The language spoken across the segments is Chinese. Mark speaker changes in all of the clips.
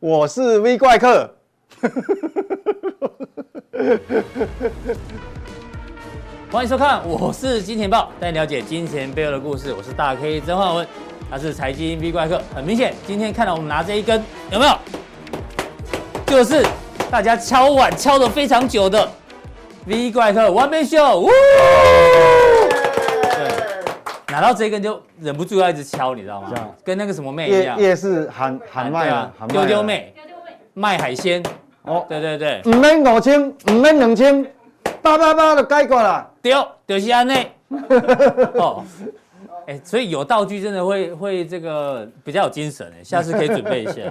Speaker 1: 我是 V 怪客。
Speaker 2: 欢迎收看，我是金钱豹，带你了解金钱背后的故事。我是大 K 曾焕文，他是财经 V 怪客。很明显，今天看到我们拿这一根，有没有？就是大家敲碗敲的非常久的 V 怪客完美秀，呜！对，拿到这一根就忍不住要一直敲，你知道吗
Speaker 1: 这样？
Speaker 2: 跟那个什么妹一
Speaker 1: 夜
Speaker 2: 样，
Speaker 1: 夜市喊喊
Speaker 2: 对
Speaker 1: 卖
Speaker 2: 啊
Speaker 1: 啊，喊卖
Speaker 2: 丢
Speaker 1: 啊
Speaker 2: 丢。妹卖海鲜，
Speaker 1: 哦，
Speaker 2: 对对对，
Speaker 1: 唔免五千，唔免两千，八八八就解决啦。
Speaker 2: 丢丢西 安内。哦，哎、所以有道具真的会会这个比较有精神哎，下次可以准备一下。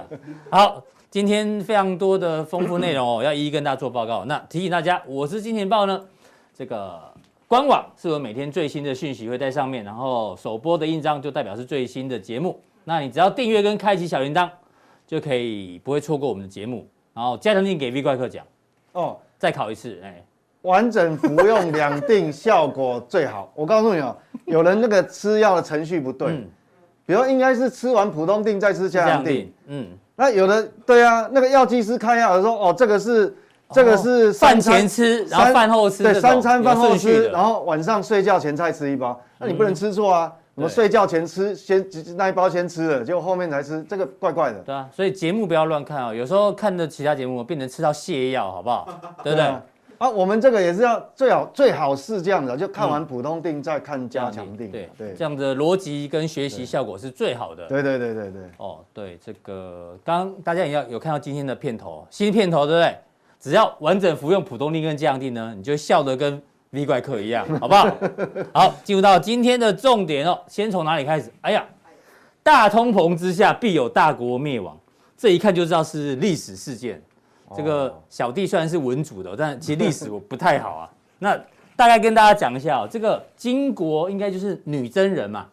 Speaker 2: 好，今天非常多的丰富内容哦，要一一跟大家做报告。那提醒大家，我是金钱豹呢，这个官网是我每天最新的讯息会在上面，然后首播的印章就代表是最新的节目。那你只要订阅跟开启小铃铛，就可以不会错过我们的节目。然后加强定给 V 怪客讲，
Speaker 1: 哦，
Speaker 2: 再考一次，哎、
Speaker 1: 完整服用两定效果最好。 我告诉你哦，有人那个吃药的程序不对，
Speaker 2: 嗯
Speaker 1: 比如应该是吃完普通定再吃
Speaker 2: 这
Speaker 1: 加
Speaker 2: 样
Speaker 1: 强定
Speaker 2: 定，，嗯，
Speaker 1: 那有的对啊，那个药剂师开药的时候，哦，这个是这个是
Speaker 2: 哦
Speaker 1: 三
Speaker 2: 饭
Speaker 1: 餐
Speaker 2: 前吃，然后
Speaker 1: 三
Speaker 2: 饭后吃
Speaker 1: 对，
Speaker 2: 这种，
Speaker 1: 三餐饭
Speaker 2: 有
Speaker 1: 后
Speaker 2: 顺序
Speaker 1: 吃，
Speaker 2: 的嗯
Speaker 1: 然后晚上睡觉前再吃一包，那你不能吃错啊。什么
Speaker 2: 对
Speaker 1: 睡觉前吃先那一包先吃了，结果后面才吃，这个怪怪的。
Speaker 2: 对啊，所以节目不要乱看哦，有时候看的其他节目变成吃到泻药，好不好？对不对？
Speaker 1: 啊？啊，我们这个也是要最好最好是这样的，就看完普通定再看 加强定。
Speaker 2: 对
Speaker 1: 对
Speaker 2: 这样的逻辑跟学习效果是最好的。
Speaker 1: 对对对对对，
Speaker 2: 哦，对，这个刚刚大家也要有看到今天的片头，新片头对不对？只要完整服用普通定跟降定呢，你就笑得跟 V 怪客一样，好不好？好，进入到今天的重点哦，先从哪里开始？哎呀，大通膨之下必有大国灭亡，这一看就知道是历史事件。这个小弟虽然是文主的，但其实历史我不太好啊。那大概跟大家讲一下哦，这个金国应该就是女真人嘛，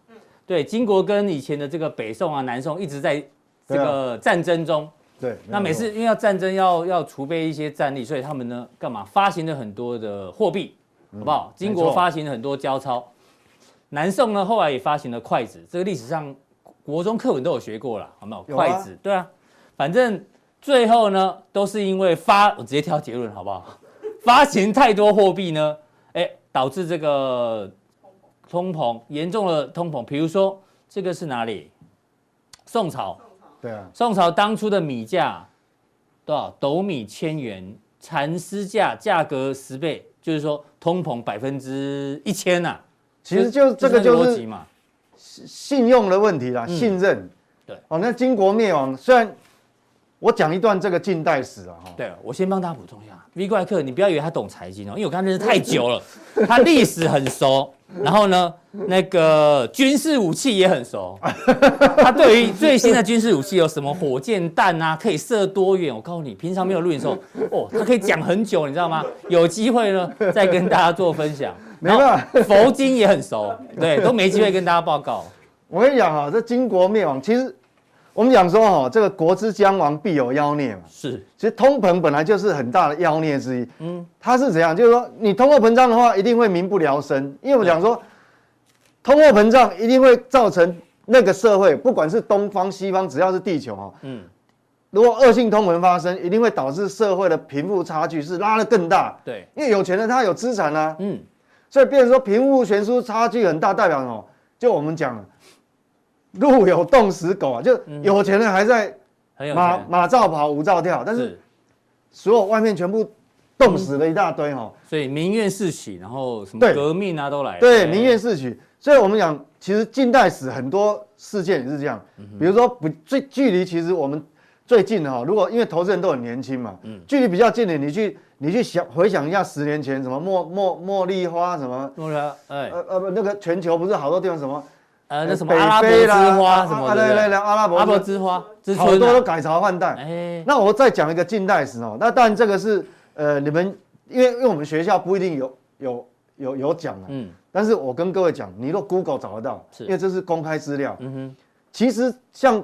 Speaker 2: 对，金国跟以前的这个北宋啊、南宋一直在这个战争中，
Speaker 1: 对。
Speaker 2: 那
Speaker 1: 没
Speaker 2: 每
Speaker 1: 有错
Speaker 2: 次因为要战争要要储备一些战力，所以他们呢干嘛发行了很多的货币，好不好？
Speaker 1: 嗯
Speaker 2: 金
Speaker 1: 没
Speaker 2: 国
Speaker 1: 错
Speaker 2: 发行了很多交钞，南宋呢后来也发行了筷子，这个历史上国中课文都有学过啦，好没有？
Speaker 1: 有啊
Speaker 2: 筷子，对啊，反正最后呢都是因为发，我直接挑结论好不好？发行太多货币呢，哎，导致这个通膨严重的通膨，比如说这个是哪里？宋朝。
Speaker 1: 对啊，
Speaker 2: 宋朝当初的米价多少？斗米千元，蚕丝价价格十倍，就是说通膨百分之一千啊呐。
Speaker 1: 其实就这个就
Speaker 2: 逻辑
Speaker 1: 是
Speaker 2: 嘛，
Speaker 1: 信用的问题啦，
Speaker 2: 嗯
Speaker 1: 信任。
Speaker 2: 对。
Speaker 1: 哦，那金国灭亡，虽然我讲一段这个近代史啊，哈，
Speaker 2: 对，我先帮大家补充一下，V 怪客，你不要以为他懂财经哦，因为我跟他认识太久 了，他历史很熟，然后呢，那个军事武器也很熟，他对于最新的军事武器有什么火箭弹啊，可以射多远？我告诉你，平常没有录影的 时候，哦，他可以讲很久，你知道吗？有机会呢，再跟大家做分享。
Speaker 1: 没办法。
Speaker 2: 佛经也很熟，对，都没机会跟大家报告。
Speaker 1: 我跟你讲哈，这金国灭亡，其实我们讲说哈，这个国之将亡必有妖孽嘛。
Speaker 2: 是，
Speaker 1: 其实通膨本来就是很大的妖孽之一。
Speaker 2: 嗯
Speaker 1: 嗯，它是怎样？就是说，你通货膨胀的话，一定会民不聊生，因为我们讲说，通货膨胀一定会造成那个社会，不管是东方西方，只要是地球哈，
Speaker 2: 嗯，
Speaker 1: 如果恶性通膨发生，一定会导致社会的贫富差距是拉得更大。
Speaker 2: 对，
Speaker 1: 因为有钱人他有资产啊，
Speaker 2: 嗯，
Speaker 1: 所以变成说贫富悬殊差距很大，代表什么？就我们讲，路有冻死狗啊，就有钱人还在
Speaker 2: 很有
Speaker 1: 马
Speaker 2: 钱，
Speaker 1: 马照跑，无照跳，但是。
Speaker 2: 是，
Speaker 1: 所有外面全部冻死了一大堆哦哈、
Speaker 2: 所以民怨四起，然后什么
Speaker 1: 对
Speaker 2: 革命啊都来了。
Speaker 1: 对，民怨四起。所以我们讲，其实近代史很多事件也是这样，比如说不最距离，其实我们最近哈、如果因为投资人都很年轻嘛，距离比较近的，你去你去想回想一下十年前什么茉茉茉莉花什么，
Speaker 2: 诺了，哎，
Speaker 1: 呃呃不那个全球不是好多地方什么
Speaker 2: 呃，那什么
Speaker 1: 北非
Speaker 2: 阿拉伯之花
Speaker 1: 啦
Speaker 2: 什
Speaker 1: 啊
Speaker 2: 么
Speaker 1: 啊
Speaker 2: 的，
Speaker 1: 对对对，
Speaker 2: 对
Speaker 1: 阿拉
Speaker 2: 不对阿拉伯
Speaker 1: 伯之
Speaker 2: 之花之
Speaker 1: 好
Speaker 2: 春
Speaker 1: 多都
Speaker 2: 啊，
Speaker 1: 改朝换代，
Speaker 2: 哎，
Speaker 1: 那我再讲一个近代史哦，那当然这个是呃，你们因为因为我们学校不一定有有有有讲啊，
Speaker 2: 嗯
Speaker 1: 但是我跟各位讲，你若 Google 找得到，
Speaker 2: 是
Speaker 1: 因为这是公开资料。
Speaker 2: 嗯哼，
Speaker 1: 其实像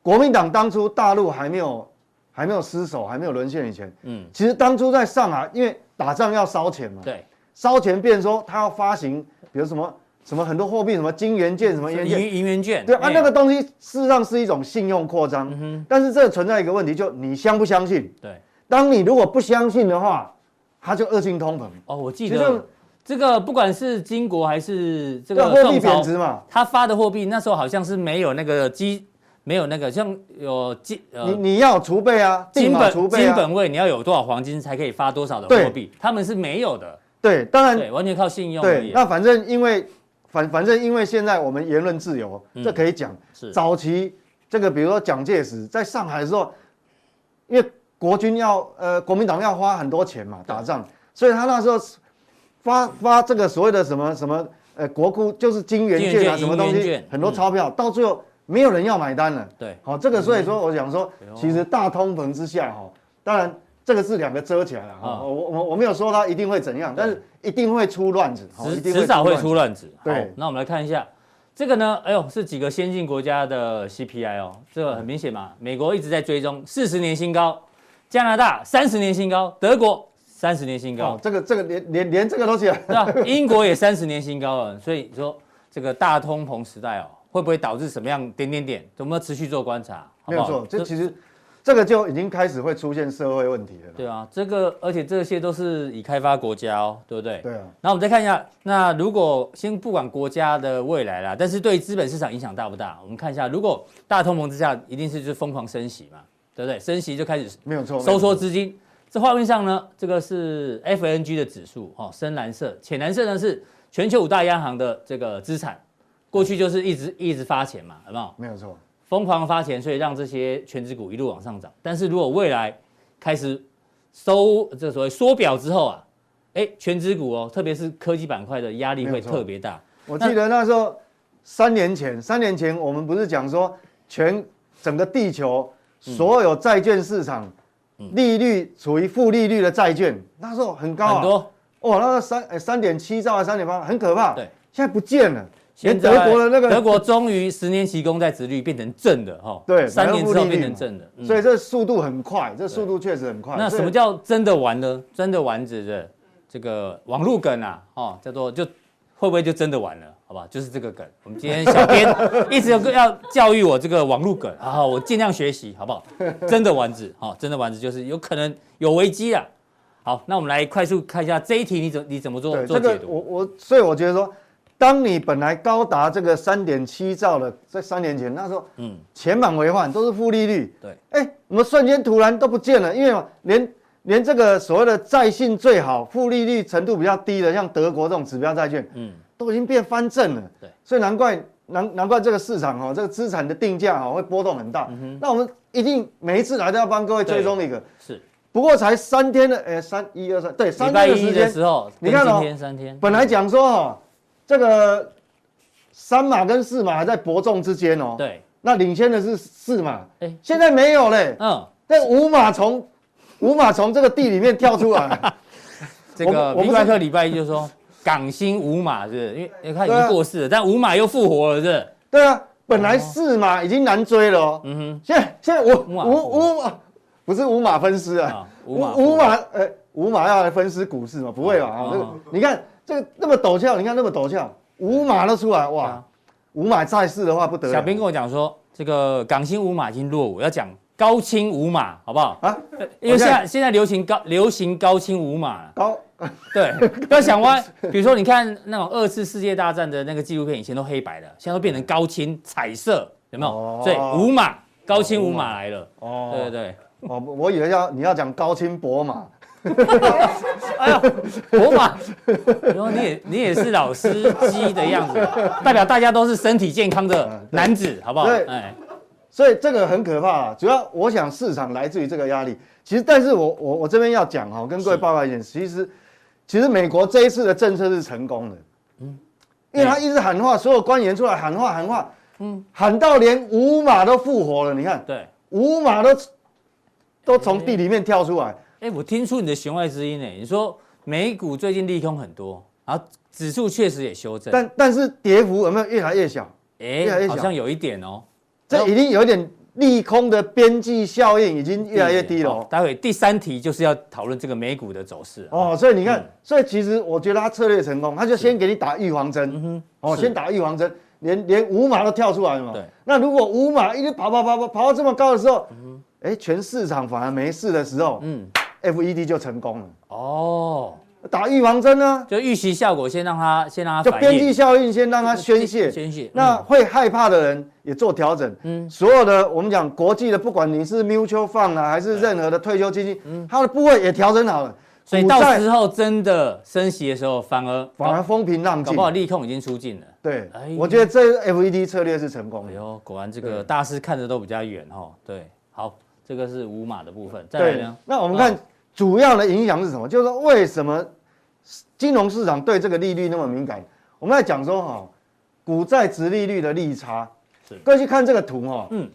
Speaker 1: 国民党当初大陆还没有还没有失守，还没有沦陷以前，
Speaker 2: 嗯，
Speaker 1: 其实当初在上海，因为打仗要烧钱嘛，
Speaker 2: 对，
Speaker 1: 烧钱变成说他要发行，比如什么什么很多货币，什么金元券，什么元
Speaker 2: 银
Speaker 1: 券，
Speaker 2: 银元券，
Speaker 1: 对啊，
Speaker 2: 哎
Speaker 1: 那个东西事实上是一种信用扩张，
Speaker 2: 嗯
Speaker 1: 但是这存在一个问题，就你相不相信？
Speaker 2: 对
Speaker 1: 当你如果不相信的话，它就恶性通膨，
Speaker 2: 哦，我记
Speaker 1: 就像
Speaker 2: 得这个不管是金国还是这
Speaker 1: 对啊
Speaker 2: 个
Speaker 1: 货币
Speaker 2: 宋朝
Speaker 1: 贬，值嘛。
Speaker 2: 他发的货币那时候好像是没有那个基，没有那个像有金
Speaker 1: 你
Speaker 2: 呃。
Speaker 1: 你要储备啊，定
Speaker 2: 金
Speaker 1: 码
Speaker 2: 本
Speaker 1: 储备
Speaker 2: 金
Speaker 1: 啊，
Speaker 2: 本位，你要有多少黄金才可以发多少的
Speaker 1: 对
Speaker 2: 货币？他们是没有的，
Speaker 1: 对，当然
Speaker 2: 对，完全靠信用而
Speaker 1: 对
Speaker 2: 已。。啊
Speaker 1: 那反正因为反反正因为现在我们言论自由，这可以讲。
Speaker 2: 嗯是
Speaker 1: 早期这个比如说蒋介石在上海的时候，因为国军要呃国民党要花很多钱嘛打仗，所以他那时候发发这个所谓的什么什么呃国库就是金元
Speaker 2: 金
Speaker 1: 券
Speaker 2: 元
Speaker 1: 啊
Speaker 2: 券
Speaker 1: 什么东
Speaker 2: 银元
Speaker 1: 西
Speaker 2: 券，嗯
Speaker 1: 很多钞票，到最后没有人要买单了。
Speaker 2: 对，
Speaker 1: 好，这个所以说我想说
Speaker 2: 哎呦，
Speaker 1: 其实大通膨之下哈，当然这个是两个遮起来了哈，
Speaker 2: 啊
Speaker 1: 我我我没有说它一定会怎样，但是一定会出乱子，哈
Speaker 2: 迟
Speaker 1: 一定
Speaker 2: 迟早会
Speaker 1: 乱子
Speaker 2: 出乱子。好
Speaker 1: 对，
Speaker 2: 那我们来看一下这个呢，哎呦，是几个先进国家的 CPI 哦，这个很明显嘛，美国一直在追踪四十年新高，加拿大三十年新高，德国三十年新高
Speaker 1: 哦，，这个这个连连连这个都起来，
Speaker 2: 对吧？ 英国也三十年新高了，所以说这个大通膨时代哦，会不会导致什么样点点点？我们要持续做观察，好
Speaker 1: 没有
Speaker 2: 不好？
Speaker 1: 错，这其实这个就已经开始会出现社会问题了。
Speaker 2: 对啊，这个而且这些都是已开发国家哦，对不对？
Speaker 1: 对啊，
Speaker 2: 那我们再看一下，那如果先不管国家的未来啦，但是对资本市场影响大不大？我们看一下，如果大通膨之下，一定是就是疯狂升息嘛，对不对？升息就开始
Speaker 1: 没有错，
Speaker 2: 收
Speaker 1: 没
Speaker 2: 缩
Speaker 1: 有错
Speaker 2: 资金。这画面上呢，这个是 FNG 的指数哦，深蓝色，浅蓝色呢是全球五大央行的这个资产，过去就是一直一直发钱嘛，有没有？
Speaker 1: 没有错，
Speaker 2: 疯狂发钱，所以让这些全指股一路往上涨。但是如果未来开始收这所谓缩表之后啊，哎，全指股哦，特别是科技板块的压力
Speaker 1: 没
Speaker 2: 会
Speaker 1: 有错
Speaker 2: 特别大。
Speaker 1: 我记得那时候三年前，三年前我们不是讲说全整个地球
Speaker 2: 嗯
Speaker 1: 所有债券市场利率处于负利率的债券，那时候很高啊，
Speaker 2: 很多
Speaker 1: 哦，那个三哎三点七兆还三点八，很可怕。
Speaker 2: 对，
Speaker 1: 现在不见了，连
Speaker 2: 现在
Speaker 1: 德国的那个
Speaker 2: 德，国终于十年期公债殖率变成正的哈、哦，
Speaker 1: 对
Speaker 2: 三年之后
Speaker 1: 买到负利率
Speaker 2: 变成正的。嗯
Speaker 1: 所以这速度很快，这速度确实很快。
Speaker 2: 那什么叫真的玩呢？真的玩指的这个网路梗啊，哦，叫做就会不会就真的玩了？好吧，就是这个梗。我们今天小 编一直有要教育我这个网路梗啊，我尽量学习，好不好？真的丸子，好、真的丸子就是有可能有危机啊。好，那我们来快速看一下这一题你怎你怎么做
Speaker 1: 对
Speaker 2: 做
Speaker 1: 这
Speaker 2: 解
Speaker 1: 个
Speaker 2: 读？
Speaker 1: 我我，所以我觉得说，当你本来高达这个三点七兆的，在三年前那时候，嗯，钱满为患，都是负利率。
Speaker 2: 对，
Speaker 1: 哎，我们瞬间突然都不见了，因为连连这个所谓的债信最好、负利率程度比较低的，像德国这种指标债券，嗯，都已经变翻正了。
Speaker 2: 对，
Speaker 1: 所以难怪难难怪这个市场哦，这个资产的定价哦会波动很大。
Speaker 2: 嗯
Speaker 1: 那我们一定每一次来都要帮各位追踪一个。
Speaker 2: 是
Speaker 1: 不过才三天的，哎，三一二三，对，三
Speaker 2: 礼拜
Speaker 1: 天的时
Speaker 2: 一的
Speaker 1: 间，
Speaker 2: 时候，
Speaker 1: 你
Speaker 2: 跟
Speaker 1: 看哦
Speaker 2: 今天三天，
Speaker 1: 本来讲说哦，这个三码跟四码还在伯仲之间哦。。
Speaker 2: 对，
Speaker 1: 那领先的是四码，
Speaker 2: 哎
Speaker 1: 现在没有嘞。
Speaker 2: 嗯，
Speaker 1: 那五码从五码从这个地里面跳出来，
Speaker 2: 这个
Speaker 1: 我不我不
Speaker 2: 皮
Speaker 1: 是
Speaker 2: 怪客礼拜一就说港星五马是不是，因为因为他已
Speaker 1: 对啊
Speaker 2: 经过世了，但五马又复活了，是不是。
Speaker 1: 对啊，本来四码已经难追了哦。嗯哼。现在现在五
Speaker 2: 五码
Speaker 1: 五五码不是五码分尸啊
Speaker 2: 啊，五码
Speaker 1: 五码呃五码要来分尸股市吗？不会吧？啊
Speaker 2: 啊，
Speaker 1: 这个
Speaker 2: 啊
Speaker 1: 你看这个那么陡峭，你看那么陡峭，五码都出来哇
Speaker 2: 啊！
Speaker 1: 五码再试的话不得了。
Speaker 2: 小编跟我讲说，这个港星五马已经落伍，要讲高清五马，好不好？
Speaker 1: 啊，
Speaker 2: 因为现
Speaker 1: 好
Speaker 2: 在现在流行高流行高清五马，
Speaker 1: 高
Speaker 2: 对，不要想歪。比如说，你看那种二次世界大战的那个纪录片，以前都黑白的，现在都变成高清彩色，有没
Speaker 1: 哦
Speaker 2: 有？所以五马高清五马来了，
Speaker 1: 哦
Speaker 2: 对对对。
Speaker 1: 哦，不我以为要你要讲高清博马，
Speaker 2: 哎呀，博马，然后你也你也是老司机 的样子，代表大家都是身体健康的男子，好不
Speaker 1: 嗯
Speaker 2: 好？
Speaker 1: 对
Speaker 2: 哎，
Speaker 1: 所以这个很可怕啊。主要我想市场来自于这个压力。其实，但是我我我这边要讲哈，跟各位报告一点，其实其实美国这一次的政策是成功的，嗯，因为他一直喊话，所有官员出来喊话喊话，嗯，喊到连五马都复活了。你看，
Speaker 2: 对。
Speaker 1: 五马都都从地里面跳出来，
Speaker 2: 哎，我听出你的弦外之音呢，欸你说美股最近利空很多，然后指数确实也修正，
Speaker 1: 但但是跌幅有没有越来越小？越来越
Speaker 2: 哎，
Speaker 1: 小
Speaker 2: 好像有一点哦。
Speaker 1: 这已经有点利空的边际效应已经越来越低了
Speaker 2: 好
Speaker 1: 哦。
Speaker 2: 待会第三题就是要讨论这个美股的走势啊。
Speaker 1: 哦，所以你看，所以其实我觉得他策略成功，他就先给你打预防针，哦，
Speaker 2: 嗯是
Speaker 1: 先打预防针，连连五码都跳出来了嘛。
Speaker 2: 对。
Speaker 1: 那如果五码一直跑跑跑跑跑到这么高的时候，哎，全市场反而没事的时候，
Speaker 2: 嗯，
Speaker 1: FED 就成功了，
Speaker 2: 哦，
Speaker 1: 打预防针呢，
Speaker 2: 就预期效果先让它先让它
Speaker 1: 就
Speaker 2: 反
Speaker 1: 边
Speaker 2: 应
Speaker 1: 际效应先让它宣泄，
Speaker 2: 宣泄。
Speaker 1: 那会害怕的人也做调整。
Speaker 2: 嗯
Speaker 1: 嗯，所有的我们讲国际的，不管你是 mutual fund 啊，还是任何的退休基金，它的部位也调整好了，
Speaker 2: 嗯所以
Speaker 1: 股
Speaker 2: 到
Speaker 1: 债
Speaker 2: 时候真的升息的时候，反而
Speaker 1: 反而风平浪
Speaker 2: 搞
Speaker 1: 静
Speaker 2: 不。好利空已经出尽了。
Speaker 1: 对
Speaker 2: 哎，
Speaker 1: 我觉得这 FED 策略是成功
Speaker 2: 哎
Speaker 1: 的。
Speaker 2: 呦，果然这个
Speaker 1: 对
Speaker 2: 大师看着都比较远哈。对，好，这个是五码的部分，再来
Speaker 1: 对
Speaker 2: 呢，？哦
Speaker 1: 那我们看主要的影响是什么？就是说为什么金融市场对这个利率那么敏感？我们在讲说哈，股债值利率的利差
Speaker 2: 是，
Speaker 1: 各位去看这个图哈，
Speaker 2: 嗯
Speaker 1: 嗯，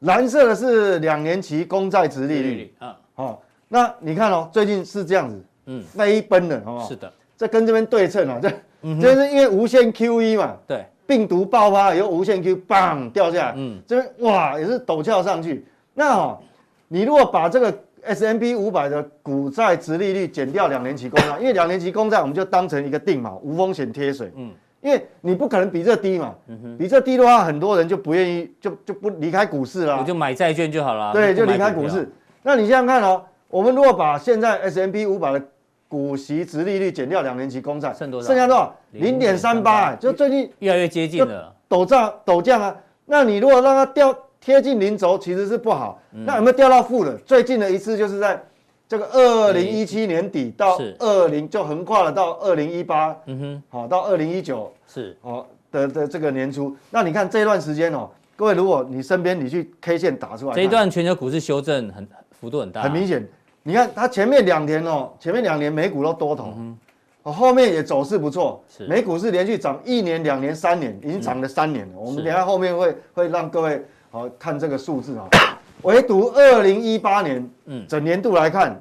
Speaker 1: 蓝色的是两年期公债值利率。
Speaker 2: 啊，
Speaker 1: 哦，那你看哦，最近是这样子，
Speaker 2: 嗯
Speaker 1: 嗯，飞奔的，好不好？
Speaker 2: 是嗯的，
Speaker 1: 这跟这边对称啊，这、这是因为无限 QE 嘛，
Speaker 2: 对，
Speaker 1: 病毒爆发以后无限 Q，砰掉下来，
Speaker 2: 嗯
Speaker 1: 嗯，这边哇也是陡峭上去。那哦，你如果把这个 S M B 五百的股债值利率减掉两年期公 债，因为两年期公债我们就当成一个定锚，无风险贴水，
Speaker 2: 嗯
Speaker 1: 嗯。因为你不可能比这低嘛，比这低的话，很多人就不愿意，就就不离开股市啦、
Speaker 2: 我就买债券就好了。
Speaker 1: 啊对，
Speaker 2: 不
Speaker 1: 就
Speaker 2: 买
Speaker 1: 离开
Speaker 2: 票
Speaker 1: 股市。。那你想想看哦，我们如果把现在 S M P 五百的股息值利率减掉两年期公债，
Speaker 2: 剩多少
Speaker 1: 剩下多少？零点三八，
Speaker 2: 0.38
Speaker 1: 就最近
Speaker 2: 越来越接近了。
Speaker 1: 陡涨陡降啊。那你如果让它掉贴近零轴，其实是不好。
Speaker 2: 嗯
Speaker 1: 那有没有掉到负的？最近的一次就是在这个二零一七年底到
Speaker 2: 是
Speaker 1: 二零，就横跨了到二零一八，
Speaker 2: 嗯哼，
Speaker 1: 好到二零一九，
Speaker 2: 是
Speaker 1: 哦的的这个年初。那你看这段时间哦，各位如果你身边你去 K 线打出来看，
Speaker 2: 这一段全球股市修正很幅度很大，
Speaker 1: 很明显。你看它前面两年哦，前面两年美股都多头，哦，后面也走势不错
Speaker 2: 嗯是，
Speaker 1: 美股是连续涨一年、两年、三年，已经涨了三年了。我们等一下后面会会让各位哦看这个数字哦，唯独二零一八年，
Speaker 2: 嗯
Speaker 1: 整年度来看，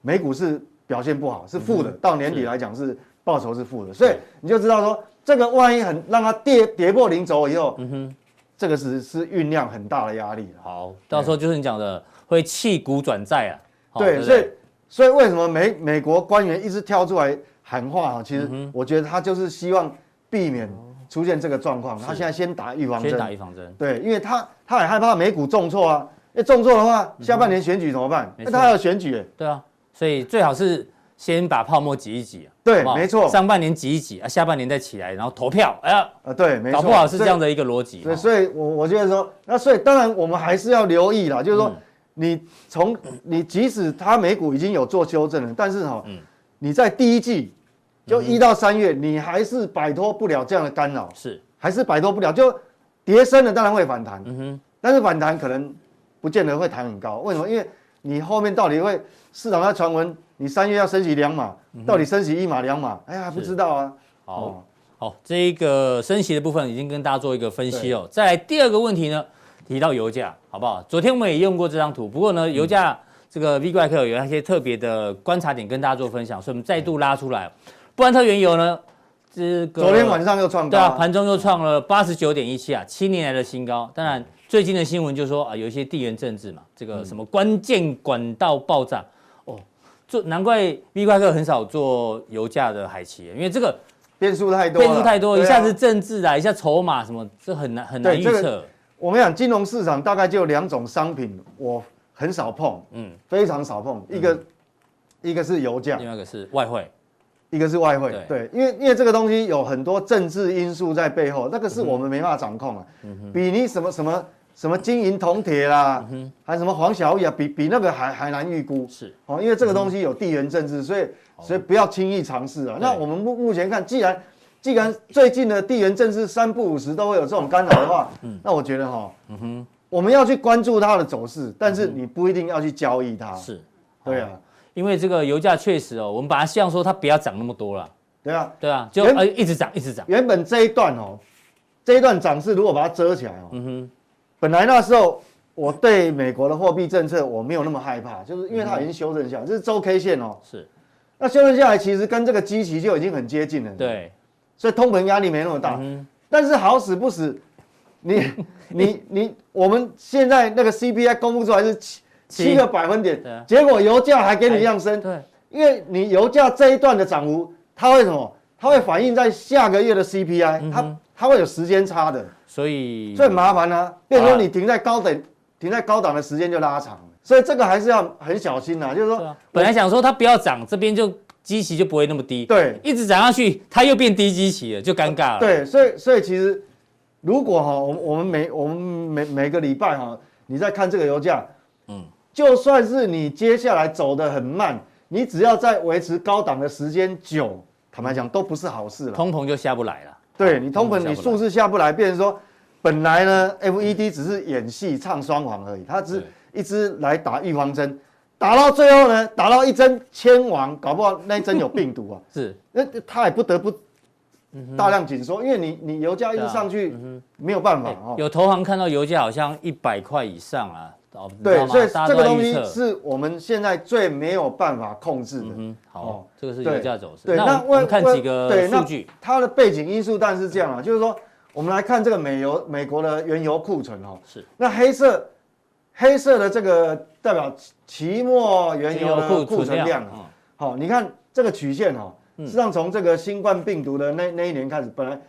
Speaker 1: 美股是表现不好，是负的，
Speaker 2: 嗯
Speaker 1: 到年底来讲是报酬是负的，所以你就知道说这个万一很让它跌跌破零轴以后，嗯哼，这个是是酝酿很大的压力了。
Speaker 2: 好，到时候就是你讲的会弃股转债啊。好
Speaker 1: 对，
Speaker 2: 不
Speaker 1: 所以所以为什么美美国官员一直跳出来喊话啊？其实
Speaker 2: 嗯
Speaker 1: 我觉得他就是希望避免出现这个状况，他现在先打预防
Speaker 2: 先打
Speaker 1: 针。
Speaker 2: 预防针，
Speaker 1: 对，因为他他也害怕美股重挫啊，那重挫的话，下半年选举怎么办？
Speaker 2: 嗯没
Speaker 1: 那
Speaker 2: 错
Speaker 1: 他还有选举耶，
Speaker 2: 对啊，所以最好是先把泡沫挤一挤啊。
Speaker 1: 对
Speaker 2: 好不好
Speaker 1: 没错
Speaker 2: 上半年挤一挤啊，下半年再起来，然后投票，哎呀，
Speaker 1: 呃，对，没错，
Speaker 2: 搞不好是这样
Speaker 1: 的。
Speaker 2: 的一个逻辑
Speaker 1: 对，
Speaker 2: 哈。
Speaker 1: 所以我我觉得说，那所以当然我们还是要留意
Speaker 2: 嗯
Speaker 1: 啦，就是说你从你即使它美股已经有做修正了，但是
Speaker 2: 嗯
Speaker 1: 哈，你在第一季就一到三月，你还是摆脱不了这样的干扰。
Speaker 2: 是，
Speaker 1: 还是摆脱不了，就跌升了当然会反弹，
Speaker 2: 嗯哼，
Speaker 1: 但是反弹可能不见得会弹很高。为什么？因为你后面到底会市场在传闻，你三月要升息两码，到底升息一码两码，哎呀还不知道啊。
Speaker 2: 嗯好。
Speaker 1: 哦，
Speaker 2: 好，这一个升息的部分已经跟大家做一个分析哦。再来第二个问题呢，提到油价，好不好？昨天我们也用过这张图，不过
Speaker 1: 嗯
Speaker 2: 呢，油价这个 V 怪客有一些特别的观察点跟大家做分享，所以
Speaker 1: 嗯
Speaker 2: 我们再度拉出来。布兰特原油呢，这个
Speaker 1: 昨天晚上又创
Speaker 2: 对
Speaker 1: 高啊，
Speaker 2: 啊，盘中又创了八十九点一七啊，七年来的新高。当然，最近的新闻就说啊，有一些地缘政治嘛，
Speaker 1: 嗯
Speaker 2: 这个什么关键管道爆炸哦，做难怪 V 怪客很少做油价的海奇，因为这个。
Speaker 1: 变数太多了，
Speaker 2: 变数太多，
Speaker 1: 对
Speaker 2: 一
Speaker 1: 啊
Speaker 2: 下子政治啊，一下筹码什么，这很难很难
Speaker 1: 对
Speaker 2: 预
Speaker 1: 这个
Speaker 2: 测。
Speaker 1: 我们讲金融市场大概就有两种商品，我很少碰，
Speaker 2: 嗯，
Speaker 1: 非常少碰，一个一个是嗯油价
Speaker 2: 另，外一个是外汇，
Speaker 1: 一个是外汇，
Speaker 2: 对
Speaker 1: 对，因为因为这个东西有很多政治因素在背后，那个是我们没办法掌控啊，比你什么什么什么金银铜铁啦，还什么黄小玉啊，比比那个还还难预估
Speaker 2: 是
Speaker 1: 哦，因为
Speaker 2: 嗯
Speaker 1: 这个东西有地缘政治，所以
Speaker 2: 哦
Speaker 1: 所以不要轻易尝试啊。那我们目目前看，既然既然最近的地缘政治三不五时都会有这种干扰的话，
Speaker 2: 嗯
Speaker 1: 那我觉得哈，我们要去关注它的走势，但是你不一定要去交易它，
Speaker 2: 嗯是
Speaker 1: 对啊，
Speaker 2: 因为这个油价确实哦，我们把它希望说它不要涨那么多了，
Speaker 1: 对啊。
Speaker 2: 对啊，就
Speaker 1: 原
Speaker 2: 呃一直涨一直涨，
Speaker 1: 原本这一段哦，这一段涨势如果把它遮起来哦，
Speaker 2: 嗯哼，
Speaker 1: 本来那时候我对美国的货币政策我没有那么害怕，就是因为
Speaker 2: 嗯
Speaker 1: 它已经修正下来，这是周 K 线哦，
Speaker 2: 是
Speaker 1: 那修正下来其实跟这个基期就已经很接近了，，
Speaker 2: 对，
Speaker 1: 所以通膨压力没那么大。
Speaker 2: 嗯哼，
Speaker 1: 但是好死不死， 你你你，我们现在那个 CPI 公布出来是七
Speaker 2: 七
Speaker 1: 七个百分点
Speaker 2: 对啊，哎
Speaker 1: 结果油价还给你量升，
Speaker 2: 对，
Speaker 1: 因为你油价这一段的涨幅，它会什么？它会反映在下个月的 CPI，它
Speaker 2: 嗯
Speaker 1: 它会有时间差的，
Speaker 2: 所以
Speaker 1: 所以麻烦啊。变成
Speaker 2: 嗯啊
Speaker 1: 说你停在高等，停在高档的时间就拉长了，所以这个还是要很小心呐、就是
Speaker 2: 对
Speaker 1: 说
Speaker 2: 啊，本来想说它不要涨，这边就基期就不会那么低，
Speaker 1: 对
Speaker 2: 一直涨上去，它又变低基期了，就尴尬了。，
Speaker 1: 对，所以所以其实如果哈，我们我们每我们每每个礼拜哈，你在看这个油价，
Speaker 2: 嗯
Speaker 1: 嗯，就算是你接下来走得很慢，你只要在维持高档的时间久，坦白讲都不是好事了。
Speaker 2: 通膨就下不来了。
Speaker 1: 对你通膨，
Speaker 2: 下不
Speaker 1: 你
Speaker 2: 来
Speaker 1: 数字下不来，变成说，本来呢，FED 只是演戏唱双簧而已，它只是一直来打预防针，打到最后呢，打到一针千王，搞不好那一针有病毒啊，
Speaker 2: 是，
Speaker 1: 那他也不得不
Speaker 2: 嗯
Speaker 1: 大量紧缩，因为你你油价一直上去，没有办法
Speaker 2: 啊哎
Speaker 1: 哦。
Speaker 2: 有投行看到油价好像一百块以上啊，哦，你知道
Speaker 1: 对，
Speaker 2: 吗
Speaker 1: 所以
Speaker 2: 大家
Speaker 1: 这
Speaker 2: 都
Speaker 1: 个
Speaker 2: 在
Speaker 1: 东
Speaker 2: 预
Speaker 1: 西
Speaker 2: 测
Speaker 1: 是我们现在最没有办法控制的。
Speaker 2: 嗯，好
Speaker 1: 哦，
Speaker 2: 这个是
Speaker 1: 对
Speaker 2: 油价走势。
Speaker 1: 对，
Speaker 2: 那
Speaker 1: 那
Speaker 2: 我我
Speaker 1: 为
Speaker 2: 们看
Speaker 1: 为
Speaker 2: 几个
Speaker 1: 对那
Speaker 2: 数据，嗯
Speaker 1: 它的背景因素，但是这样啊，就是说，我们来看这个美油美国的原油库存哦，
Speaker 2: 是
Speaker 1: 那黑色黑色的这个代表期期末原油的库存量啊，
Speaker 2: 嗯
Speaker 1: 好、你看这个曲线哦，实际上从这个新冠病毒的那那一年开始，本来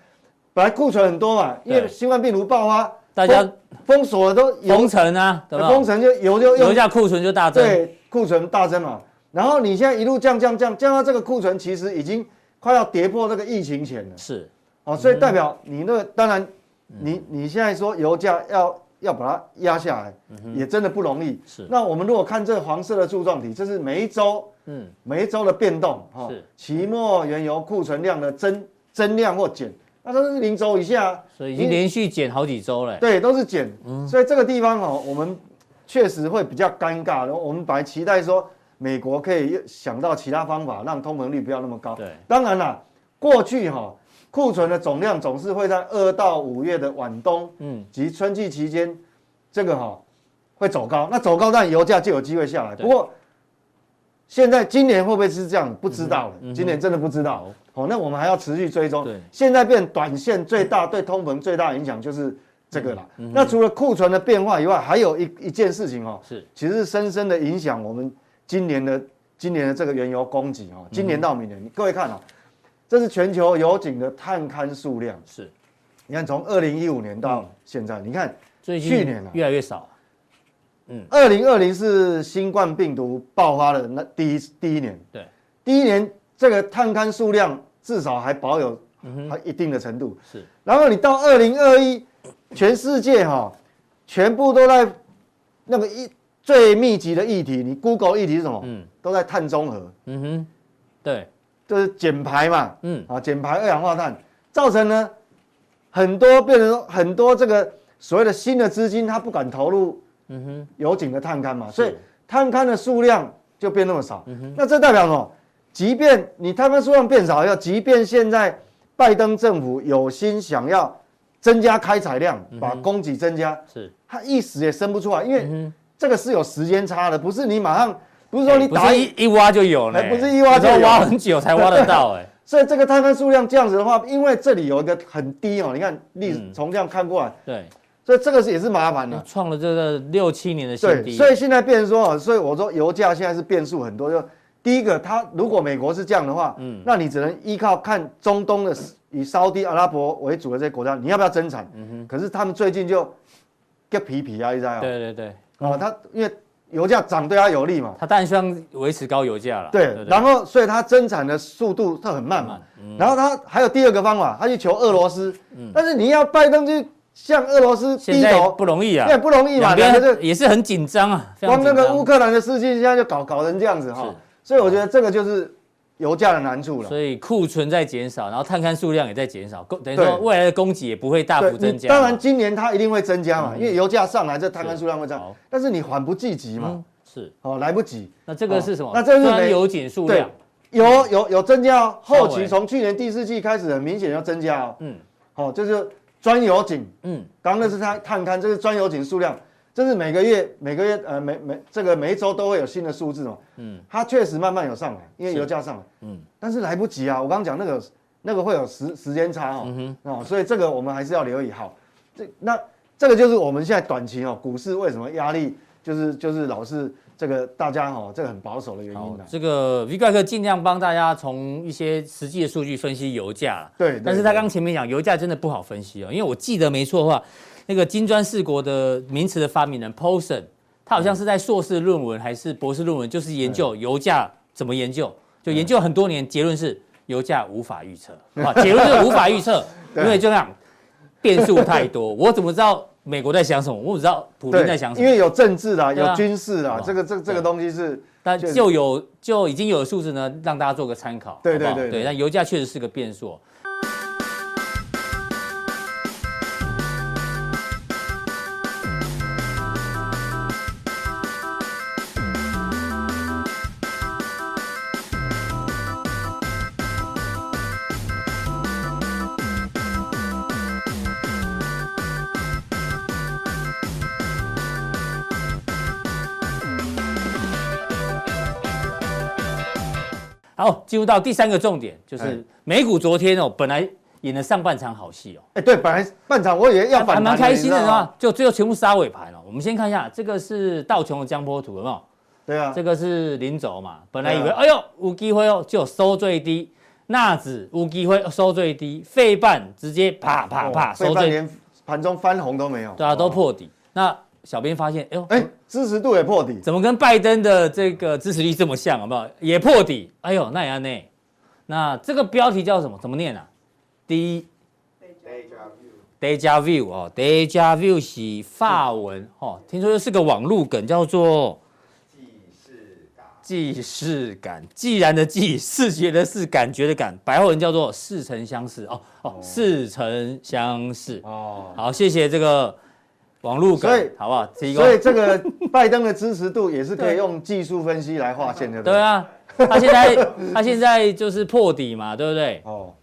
Speaker 1: 本来库存很多嘛，因
Speaker 2: 对
Speaker 1: 为新冠病毒爆发，
Speaker 2: 大家
Speaker 1: 封封锁了都油
Speaker 2: 封城啊，对吧？
Speaker 1: 封城就油就
Speaker 2: 油
Speaker 1: 用
Speaker 2: 价库存就大增，
Speaker 1: 呃对库存大增嘛，然后你现在一路降降降降到这个库存其实已经快要跌破这个疫情前了
Speaker 2: 是
Speaker 1: 哦，
Speaker 2: 嗯
Speaker 1: 所以代表你那个当然你你现在说油价要要把它压下来，也真的不容易。
Speaker 2: 嗯是
Speaker 1: 那我们如果看这黄色的柱状体，这是每一周
Speaker 2: 嗯
Speaker 1: 每一周的变动，哈、
Speaker 2: 是
Speaker 1: 期末原油库存量的增增量或减，那都是零周以下啊，
Speaker 2: 所以已经连续减好几周了。
Speaker 1: 对，都是减，
Speaker 2: 嗯
Speaker 1: 所以这个地方哦，我们确实会比较尴尬，然后我们本来期待说美国可以想到其他方法让通膨率不要那么高，
Speaker 2: 对，
Speaker 1: 当然啦，过去哈、库存的总量总是会在二到五月的晚冬
Speaker 2: 嗯，
Speaker 1: 及春季期间，这个哈、会走高，那走高，但油价就有机会下来。
Speaker 2: 对
Speaker 1: 不过现在今年会不会是这样，不知道了，
Speaker 2: 嗯哼
Speaker 1: 今年真的不知道。好、那我们还要持续追踪
Speaker 2: 对。
Speaker 1: 现在变短线最大对通膨最大影响就是这个了。那除了库存的变化以外，还有一一件事情哦，
Speaker 2: 是
Speaker 1: 其实深深的影响我们今年的今年的这个原油供给哦，今年到明年，你各位看啊、这是全球油井的探勘数量。
Speaker 2: 是，
Speaker 1: 你看，从二零一五年到现在，你看
Speaker 2: 最近
Speaker 1: 去年啊
Speaker 2: 越来越少。
Speaker 1: 二零二零是新冠病毒爆发的那第一第一年，
Speaker 2: 对，
Speaker 1: 第一年这个探勘数量至少还保有还一定的程度。
Speaker 2: 是
Speaker 1: 然后你到二零二一，全世界哈、全部都在那个一最密集的议题，你 Google 议题是什么？
Speaker 2: 嗯
Speaker 1: 都在碳中和，
Speaker 2: 嗯哼，对，
Speaker 1: 就是减排嘛，
Speaker 2: 嗯
Speaker 1: 啊，减排二氧化碳，造成呢很多变成说很多这个所谓的新的资金，它不敢投入
Speaker 2: 嗯哼，
Speaker 1: 油井的探勘嘛，
Speaker 2: 是嗯
Speaker 1: 所以探勘的数量就变那么少。那这代表什么？即便你探勘数量变少，要即便现在拜登政府有心想要增加开采量，把供给增加，
Speaker 2: 是，
Speaker 1: 它一时也生不出来，因为
Speaker 2: 嗯嗯
Speaker 1: 这个是有时间差的，不是你马上，不是
Speaker 2: 哼，
Speaker 1: 说你
Speaker 2: 哎不
Speaker 1: 打
Speaker 2: 是
Speaker 1: 一，
Speaker 2: 一一挖就有了，
Speaker 1: 哎不是一挖就有
Speaker 2: 你知道挖很久才挖得到， 哎，
Speaker 1: 所以这个探勘数量这样子的话，因为这里有一个很低哦，你看历史
Speaker 2: 嗯
Speaker 1: 从这样看过来，
Speaker 2: 对，
Speaker 1: 所以这个是也是麻烦的。
Speaker 2: 创了这个六七年的新
Speaker 1: 对，
Speaker 2: 嗯低，
Speaker 1: 所以现在变成说，哦所以我说油价现在是变数很多。就第一个，它如果美国是这样的话，
Speaker 2: 嗯
Speaker 1: 那你只能依靠看中东的以沙地阿拉伯为主的这些国家，你要不要增产？
Speaker 2: 嗯
Speaker 1: 可是他们最近就个皮皮啊，一在啊，
Speaker 2: 对对对，
Speaker 1: 哦，它因为油价涨对它有利嘛，
Speaker 2: 他当然希望维持高油价了，
Speaker 1: 对
Speaker 2: 不，
Speaker 1: 然后所以它增产的速度它很慢嘛，
Speaker 2: 嗯
Speaker 1: 然后它还有第二个方法，它去求俄罗斯，但是你要拜登去向俄罗斯
Speaker 2: 现
Speaker 1: 低
Speaker 2: 在
Speaker 1: 头，
Speaker 2: 不容易啊，
Speaker 1: 也不容易嘛，
Speaker 2: 两
Speaker 1: 两个就
Speaker 2: 边也是很紧张啊，非常
Speaker 1: 光那
Speaker 2: 紧
Speaker 1: 个
Speaker 2: 张
Speaker 1: 乌克兰的事情，现在就搞搞成这样子哈
Speaker 2: 是，
Speaker 1: 所以我觉得这个就是油价的难处了。
Speaker 2: 所以库存在减少，然后探勘数量也在减少，供等于说
Speaker 1: 对
Speaker 2: 未来的供给也不会大
Speaker 1: 对
Speaker 2: 幅，增
Speaker 1: 你
Speaker 2: 加嘛。嗯
Speaker 1: 当然今年它一定会增加嘛，因为油价上来，这摊
Speaker 2: 是
Speaker 1: 开数量会
Speaker 2: 好
Speaker 1: 涨，但是你缓不济急嘛
Speaker 2: 嗯，是。
Speaker 1: 哦，来不及。
Speaker 2: 那这个是什么？
Speaker 1: 哦那这是
Speaker 2: 虽然
Speaker 1: 美
Speaker 2: 油井数量，
Speaker 1: 有有有增加哦，后
Speaker 2: 稍微
Speaker 1: 期从去年第四季开始，很明显要增加哦。
Speaker 2: 嗯
Speaker 1: 哦，就是专油井，
Speaker 2: 嗯，
Speaker 1: 刚刚那是它探勘，这是专油井数量，这是每个月每个月呃每每这个每一周都会有新的数字嘛。
Speaker 2: 嗯
Speaker 1: 嗯，它确实慢慢有上来，因为油价上来。
Speaker 2: 嗯
Speaker 1: 嗯，但是来不及啊！我刚刚讲那个那个会有时时间差哦。嗯哦，所以这个我们还是要留意好。这那这个就是我们现在短期哦，股市为什么压力就是就是老是这个大家哦，这个很保守的原
Speaker 2: 好
Speaker 1: 因啦，。啊
Speaker 2: 这个 V 怪客尽量帮大家从一些实际的数据分析油价啦。
Speaker 1: 对对
Speaker 2: 但是他
Speaker 1: 对
Speaker 2: 刚前面讲油价真的不好分析哦，因为我记得没错的话，那个金砖四国的名词的发明人 Paulson，他好像是在硕士论文还是博士论文，就是研究油价怎么研究，就研究很多年，结论是油价无法 预测，啊，结论是无法预测，因为就那样变数太多，我怎么知道美国在想什么？我只知道普
Speaker 1: 对
Speaker 2: 京在想什么
Speaker 1: 因。为有政治啦，
Speaker 2: 对啊
Speaker 1: 有军事啦
Speaker 2: 好，
Speaker 1: 这个这这个东西是
Speaker 2: 但
Speaker 1: 确实
Speaker 2: 就有就已经有的数字呢，让大家做个参考，
Speaker 1: 对
Speaker 2: 好不好
Speaker 1: 对对
Speaker 2: 对。
Speaker 1: 对
Speaker 2: 但油价确实是个变数哦。好，进入到第三个重点，就
Speaker 1: 哎
Speaker 2: 是美股昨天哦，本来演了上半场好戏哦，
Speaker 1: 哎对，本来半场啊我以为要
Speaker 2: 还
Speaker 1: 反弹
Speaker 2: 蛮
Speaker 1: 的，
Speaker 2: 开心的
Speaker 1: 你
Speaker 2: 是
Speaker 1: 知道吗？
Speaker 2: 吧？就最后全部杀尾盘了、哦我们先看一下，这个是道琼的江波图，有没有？
Speaker 1: 对啊
Speaker 2: 这，个是零轴嘛，本来以为、
Speaker 1: 对啊
Speaker 2: 哎呦无机会哦，就收最低，纳指无机会哦收最低，费半直接啪啪啪
Speaker 1: 哦
Speaker 2: 收
Speaker 1: 费半
Speaker 2: 最低，
Speaker 1: 连盘中翻红都没有，
Speaker 2: 对啊，都
Speaker 1: 哦
Speaker 2: 破底。那小编发现，哎呦，
Speaker 1: 哎，支持度也破底，
Speaker 2: 怎么跟拜登的这个支持率这么像？好不好？也破底。哎呦，那也要内。那这个标题叫什么？怎么念啊？第一 deja vu 哦，deja vu 是法文哦，听说又是个网路梗，叫做既视感，既然的既，视觉的视，感觉的感，白话文叫做似曾相识哦哦，似曾相识。
Speaker 1: 哦，
Speaker 2: 好，谢谢这个网路梗
Speaker 1: 所以，
Speaker 2: 好不好？提供
Speaker 1: 所以这个拜登的支持度也是可
Speaker 2: 对
Speaker 1: 以用技术分析来划线的，
Speaker 2: 对，啊，他现在 他现在就是破底嘛，对不对？
Speaker 1: 哦，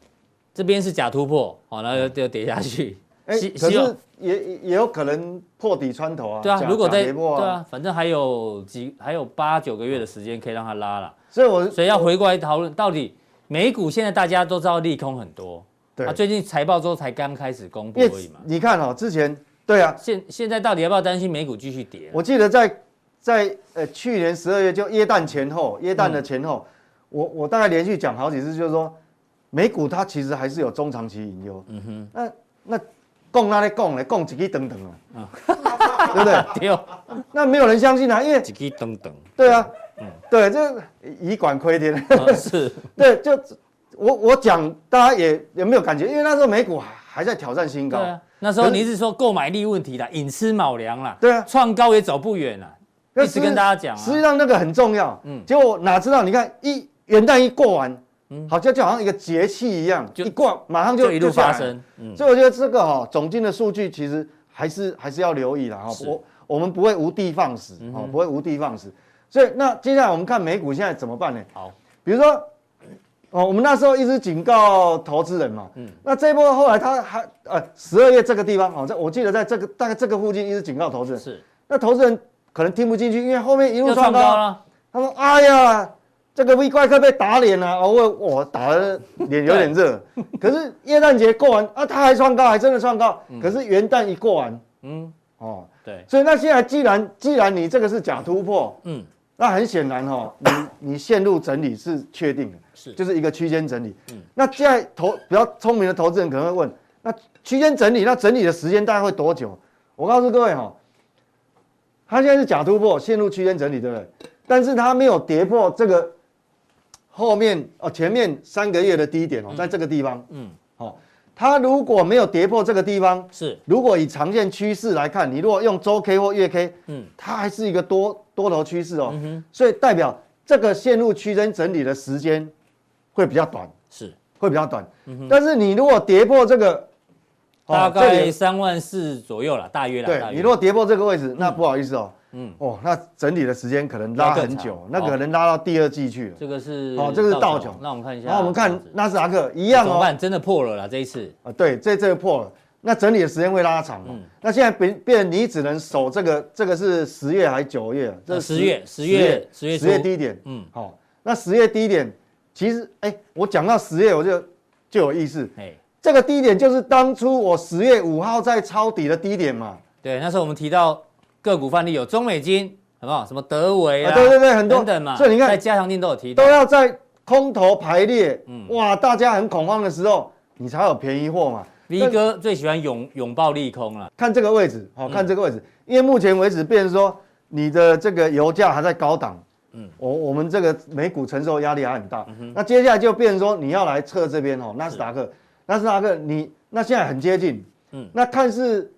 Speaker 2: 这边是假突破，好，然后就就跌下去。
Speaker 1: 哎，
Speaker 2: 希
Speaker 1: 可
Speaker 2: 希望
Speaker 1: 是也也也有可能破底穿头啊，
Speaker 2: 对啊，
Speaker 1: 假
Speaker 2: 如果
Speaker 1: 假
Speaker 2: 在
Speaker 1: 跌
Speaker 2: 对
Speaker 1: 破啊，
Speaker 2: 啊，反正还有几还有八九个月的时间可以让它拉了，
Speaker 1: 所以我
Speaker 2: 所以要回过来讨论到底美股现在大家都知道利空很多，
Speaker 1: 对
Speaker 2: 啊，最近财报之后才刚开始公布
Speaker 1: 因
Speaker 2: 而
Speaker 1: 为
Speaker 2: 已嘛。
Speaker 1: 你看哦，之前对啊，
Speaker 2: 现现在到底要不要担心美股继续跌？
Speaker 1: 我记得在在呃去年十二月就耶诞前后，耶诞的前后，我我大概连续讲好几次，就是说美股它其实还是有中长期隐忧。嗯哼，那那供那咧供咧供几个等等啊， 对不对？
Speaker 2: 对哦，
Speaker 1: 那没有人相信啊，因为
Speaker 2: 几个等等，
Speaker 1: 对啊，对，这以管窥天，
Speaker 2: 啊是，
Speaker 1: 对，就我我讲大家也也没有感觉，因为那时候美股还还在挑战新
Speaker 2: 对
Speaker 1: 高。
Speaker 2: 啊，那时候
Speaker 1: 可是
Speaker 2: 你是说购买力问题啦，寅吃卯粮啦，
Speaker 1: 对啊
Speaker 2: 创高也走不远啦，
Speaker 1: 那
Speaker 2: 一直跟
Speaker 1: 实
Speaker 2: 大家讲
Speaker 1: 实际
Speaker 2: 啊，
Speaker 1: 上那个很重要，嗯，结果哪知道？你看一元旦一过完，好像就好像一个节气一样，
Speaker 2: 嗯就
Speaker 1: 一过马上就
Speaker 2: 就一路
Speaker 1: 就下来
Speaker 2: 发。
Speaker 1: 了
Speaker 2: 生，嗯，
Speaker 1: 所以我觉得这个哈、总经的数据其实还是还是要留意的哈、
Speaker 2: 是嗯
Speaker 1: 我我们不会无的放矢哦，不会无的放矢。所以那接下来我们看美股现在怎么办呢？
Speaker 2: 好，
Speaker 1: 比如说。哦，我们那时候一直警告投资人嘛，
Speaker 2: 嗯
Speaker 1: 那这一波后来他还呃十二月这个地方，哦，在我记得在这个大概这个附近一直警告投资人，
Speaker 2: 是
Speaker 1: 那投资人可能听不进去，因为后面一路
Speaker 2: 又
Speaker 1: 创
Speaker 2: 创
Speaker 1: 高，
Speaker 2: 高啊了，
Speaker 1: 他说：“哎呀，这个 V 怪客被打脸了、啊，我我打的脸有点 热。可是耶诞节过完啊，他还创高，还真的创高。可是元旦一过完，
Speaker 2: 嗯，
Speaker 1: 哦，
Speaker 2: 对，
Speaker 1: 所以那现在既然既然你这个是假突破，
Speaker 2: 嗯，
Speaker 1: 那很显然哦，你你陷入整理是确定的，
Speaker 2: 是嗯
Speaker 1: 就是一个区间整理。那现在投比较聪明的投资人可能会问，那区间整理，那整理的时间大概会多久？我告诉各位哈、哦，它现在是假突破，陷入区间整理，对不对？但是它没有跌破这个后面哦前面三个月的低点哦，在这个地方，嗯，好、哦，它如果没有跌破这个地方，
Speaker 2: 是
Speaker 1: 如果以长线趋势来看，你如果用周 K 或月 K，
Speaker 2: 嗯
Speaker 1: 嗯，它还是一个多多头趋势哦，所以代表这个陷入区间整理的时间会比较短，
Speaker 2: 是，
Speaker 1: 会比较短。但是你如果跌破这个，哦
Speaker 2: 嗯大
Speaker 1: 这
Speaker 2: 概
Speaker 1: 里
Speaker 2: 三万四左右了，大约了，大
Speaker 1: 对
Speaker 2: 约
Speaker 1: 你如果跌破这个位置，那不好意思哦，
Speaker 2: 嗯
Speaker 1: 嗯，哦，那整理的时间可能拉很久，
Speaker 2: 那更长
Speaker 1: 那可能拉到第二季去了。
Speaker 2: 这个是
Speaker 1: 哦这个是道琼
Speaker 2: 那我们看一下，
Speaker 1: 然后我们
Speaker 2: 这
Speaker 1: 看
Speaker 2: 样子
Speaker 1: 纳斯达克一
Speaker 2: 怎
Speaker 1: 样
Speaker 2: 么
Speaker 1: 哦，
Speaker 2: 办？真的破了啦，这一次
Speaker 1: 啊，对，这这个破了，那整理的时间会拉长嘛？
Speaker 2: 嗯
Speaker 1: 那现在变变，你只能守这个，这个是十月还是九月？啊这
Speaker 2: 呃
Speaker 1: 是
Speaker 2: 十月十月
Speaker 1: 十
Speaker 2: 十月
Speaker 1: 月
Speaker 2: 初
Speaker 1: 十月低点，
Speaker 2: 嗯
Speaker 1: 嗯，好、那十月低点，其实哎、我讲到十月我就就有意思，
Speaker 2: 哎，
Speaker 1: 这个低点就是当初我十月五号在抄底的低点嘛。
Speaker 2: 对，那时候我们提到个股范例有中美金，好不好？什么德维啊，
Speaker 1: 啊对对对很多
Speaker 2: 等等嘛。
Speaker 1: 所以你看
Speaker 2: 在加强店都有提到
Speaker 1: 都。要在空头排列，
Speaker 2: 嗯
Speaker 1: 哇，大家很恐慌的时候，你才有便宜货嘛。
Speaker 2: V 哥最喜欢拥拥抱利空了，
Speaker 1: 看这个位置，好、看这个位置，因为目前为止，变成说你的这个油价还在高档，嗯，我我们这个美股承受压力还很大，那接下来就变成说你要来测这边哦，纳斯达克，纳斯达克你那现在很接近，嗯，那看是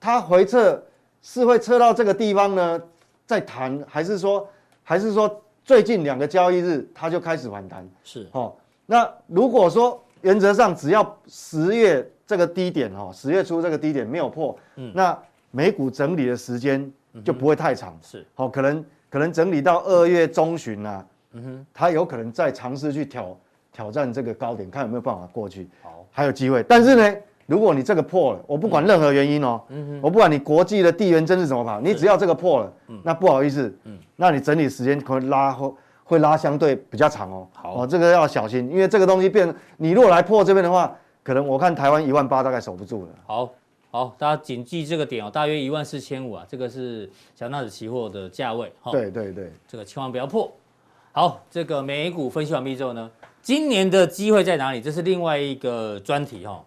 Speaker 1: 它回撤是会测到这个地方呢再谈，还是说还是说最近两个交易日它就开始反弹？
Speaker 2: 是
Speaker 1: 哦，那如果说原则上只要十月这个低点哦，十月初这个低点没有破，
Speaker 2: 嗯
Speaker 1: 那美股整理的时间就不会太长，
Speaker 2: 嗯是
Speaker 1: 好、可能可能整理到二月中旬啊，
Speaker 2: 嗯
Speaker 1: 它有可能再尝试去挑挑战这个高点，看有没有办法过去，
Speaker 2: 好，
Speaker 1: 还有机会。但是呢，如果你这个破了，我不管任何原因哦，我不管你国际的地缘政治怎么跑，你只要这个破了，那不好意思，那你整理时间可能拉后。会拉相对比较长哦，
Speaker 2: 好
Speaker 1: 哦，这个要小心，因为这个东西变，你如果来破这边的话，可能我看台湾一万八大概守不住了。
Speaker 2: 好，好，大家谨记这个点哦，大约一万四千五啊，这个是小纳指期货的价位哈。，
Speaker 1: 对对对，
Speaker 2: 这个千万不要破。好，这个美股分析完毕之后呢，今年的机会在哪里？这是另外一个专题哈、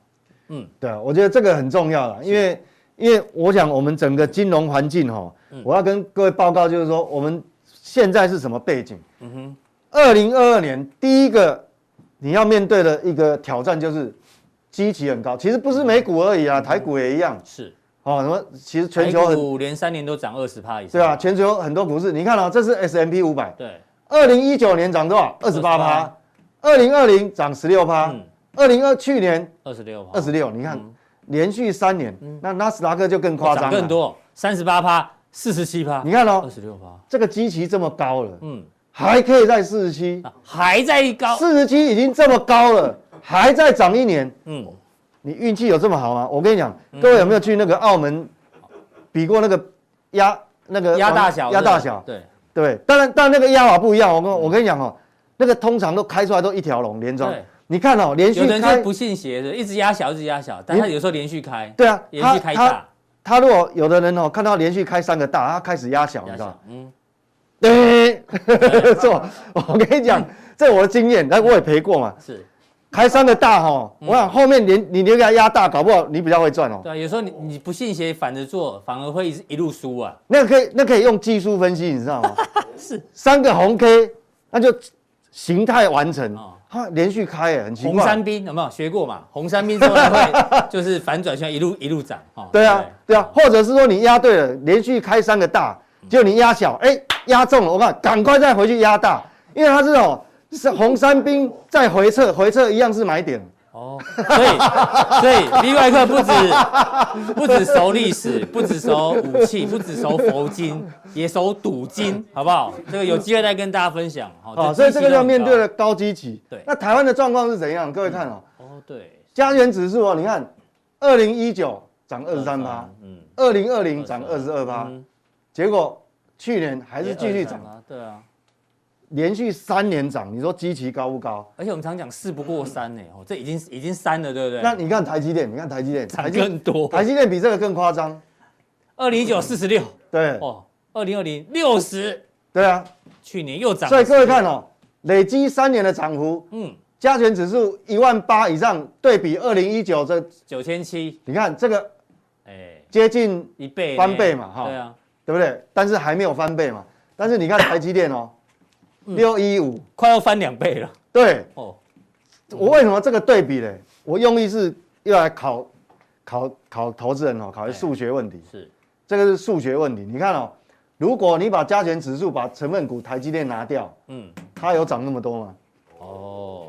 Speaker 2: 哦。
Speaker 1: 对啊，我觉得这个很重要了，因为因为我想我们整个金融环境哈、我要跟各位报告就是说，我们现在是什么背景？嗯哼，二零二二年第一个你要面对的一个挑战就是基期很高，其实不是美股而已啊，台股也一样
Speaker 2: 是，
Speaker 1: 哦。什么？其实全球
Speaker 2: 台
Speaker 1: 很
Speaker 2: 股连三年都涨二十趴以上。
Speaker 1: 对啊，全球很多股市，你看啊，这是 S M P 五百，
Speaker 2: 对，
Speaker 1: 二零一九年涨多少？二十八趴，二零二零涨十六趴
Speaker 2: 嗯，
Speaker 1: 二零二去年
Speaker 2: 二十六趴，
Speaker 1: 二十六，你看、连续三年，那纳斯达克就更夸张
Speaker 2: 哦涨
Speaker 1: 了，
Speaker 2: 嗯更。多，三十八趴，四十七趴，
Speaker 1: 啊你看
Speaker 2: 二
Speaker 1: 哦，
Speaker 2: 十六趴，
Speaker 1: 这个基期这么高了，
Speaker 2: 嗯，
Speaker 1: 还可以在四十七，
Speaker 2: 啊还在高，
Speaker 1: 四十七已经这么高了，还在涨一年，
Speaker 2: 嗯，
Speaker 1: 你运气有这么好吗？我跟你讲，各位有没有去那个澳门比过那个压那个
Speaker 2: 压大小，
Speaker 1: 呃压大小？
Speaker 2: 对，
Speaker 1: 对，当然，但那个压法不一样。我
Speaker 2: 嗯
Speaker 1: 跟我跟你讲哦，那个通常都开出来都一条龙连庄
Speaker 2: 对，
Speaker 1: 你看哦，连
Speaker 2: 有
Speaker 1: 续
Speaker 2: 的人
Speaker 1: 开
Speaker 2: 就不信邪的，一直压小，一直压小，但他有时候连续开，
Speaker 1: 对啊，
Speaker 2: 连续开大，
Speaker 1: 他如果有的人哦，看到连续开三个大，他开始压小，你
Speaker 2: 压
Speaker 1: 知道吗
Speaker 2: 小？，嗯，
Speaker 1: 对， 错。我跟你讲，这我的经验，但我也赔过嘛。
Speaker 2: 是，
Speaker 1: 开三个大哈，我想后面连你留给他压大，搞不好你比较会赚哦。
Speaker 2: 嗯对啊，有时候你你不信邪反着做，反而会一直一路输啊，
Speaker 1: 那个可以，那可以用技术分析，你知道 吗？是三个红 K，那就形态完成
Speaker 2: 哦，
Speaker 1: 它连续开耶，很奇
Speaker 2: 红
Speaker 1: 怪
Speaker 2: 三。兵有没有学过嘛？红三兵之后会就是反转圈 一路一路涨，哦
Speaker 1: 对啊，对啊，，或者是说你压对了，连续开三个大，
Speaker 2: 嗯
Speaker 1: 结果你压小，哎，压中了，我看赶快再回去压大，因为它这种是红三兵再回撤，回撤一样是买点。
Speaker 2: 哦，所以所以 V 外克 不止不止熟历史，不止熟武器，不止熟佛经，也熟赌经，好不好？这个有机会再跟大家分享。好
Speaker 1: 啊，所以这个就面对。
Speaker 2: 积极性都很
Speaker 1: 了高基期。
Speaker 2: 对
Speaker 1: 那台湾的状况是怎样？各位看哦，
Speaker 2: 高哦，对，
Speaker 1: 加权指数哦，你看，二零一九涨二十三趴，
Speaker 2: 嗯，
Speaker 1: 二零二零涨二十二趴，
Speaker 2: 嗯
Speaker 1: 结果去年还是继续涨，
Speaker 2: 啊，对啊。
Speaker 1: 连续三年涨，你说基期高不高？
Speaker 2: 而且我们常讲事不过三呢，哦，这已经已经三了，对不对？
Speaker 1: 那你看台积电，你看台积电，台
Speaker 2: 涨
Speaker 1: 积
Speaker 2: 更多，
Speaker 1: 台积电比这个更夸张，
Speaker 2: 二零一九四十六，
Speaker 1: 对
Speaker 2: 哦，二零二零六十，
Speaker 1: 对啊，
Speaker 2: 去年又涨。
Speaker 1: 所以各位看，哦，累积三年的涨幅，
Speaker 2: 嗯，
Speaker 1: 加权指数一万八以上，对比二零一九这，
Speaker 2: 九千七，
Speaker 1: 你看这个
Speaker 2: 哎，
Speaker 1: 接近
Speaker 2: 一倍呢
Speaker 1: 翻倍嘛哈
Speaker 2: 对啊，
Speaker 1: 对不对？但是还没有翻倍嘛。但是你看台积电哦，六一五，
Speaker 2: 快要翻两倍了。
Speaker 1: 对
Speaker 2: 哦，
Speaker 1: 我为什么这个对比嘞？我用意是要来考考考投资人哦，考一
Speaker 2: 哎
Speaker 1: 数学问题。
Speaker 2: 是，
Speaker 1: 这个是数学问题。你看哦，如果你把加权指数、把成分股台积电拿掉，
Speaker 2: 嗯，
Speaker 1: 它有涨那么多吗？
Speaker 2: 哦，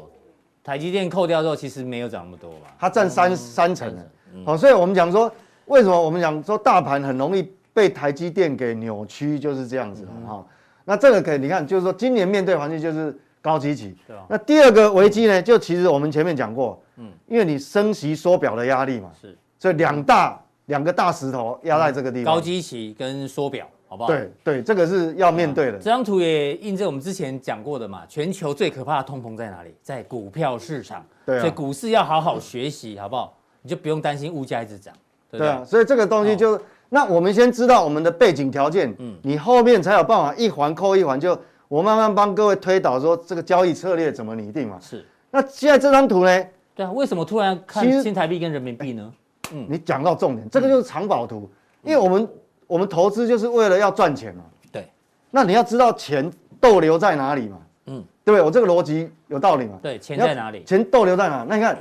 Speaker 2: 台积电扣掉之后，其实没有涨那么多吧？
Speaker 1: 它占三三成的。好，所以我们讲说，为什么我们讲说大盘很容易被台积电给扭曲，就是这样子的哈。那这个可以，你看，就是说今年面对环境就是高基期。
Speaker 2: 对啊
Speaker 1: 那第二个危机呢，就其实我们前面讲过，嗯，因为你升息缩表的压力嘛，
Speaker 2: 是嗯
Speaker 1: 所以两大两个大石头压在这个地方。
Speaker 2: 高基期跟缩表，好不好？
Speaker 1: 对对，这个是要面对的。
Speaker 2: 这张图也印证我们之前讲过的嘛，全球最可怕的通膨在哪里？在股票市场。
Speaker 1: 对啊
Speaker 2: 所以股市要好好学习，好不好？你就不用担心物价一直涨，对不
Speaker 1: 对
Speaker 2: 对？哦
Speaker 1: 啊，所以这个东西就、那我们先知道我们的背景条件，嗯，你后面才有办法一环扣一环就。我慢慢帮各位推导说这个交易策略怎么拟定嘛。
Speaker 2: 是，
Speaker 1: 那现在这张图呢，
Speaker 2: 对啊。为什么突然看
Speaker 1: 其实
Speaker 2: 新台币跟人民币呢？嗯
Speaker 1: 你讲到重点，这个就是藏宝图，因为我们我们投资就是为了要赚钱嘛。
Speaker 2: 对，
Speaker 1: 那你要知道钱逗留在哪里嘛，
Speaker 2: 嗯
Speaker 1: 嗯，对不对？我这个逻辑有道理嘛？
Speaker 2: 对，钱在哪里？
Speaker 1: 钱逗留在哪？那你看，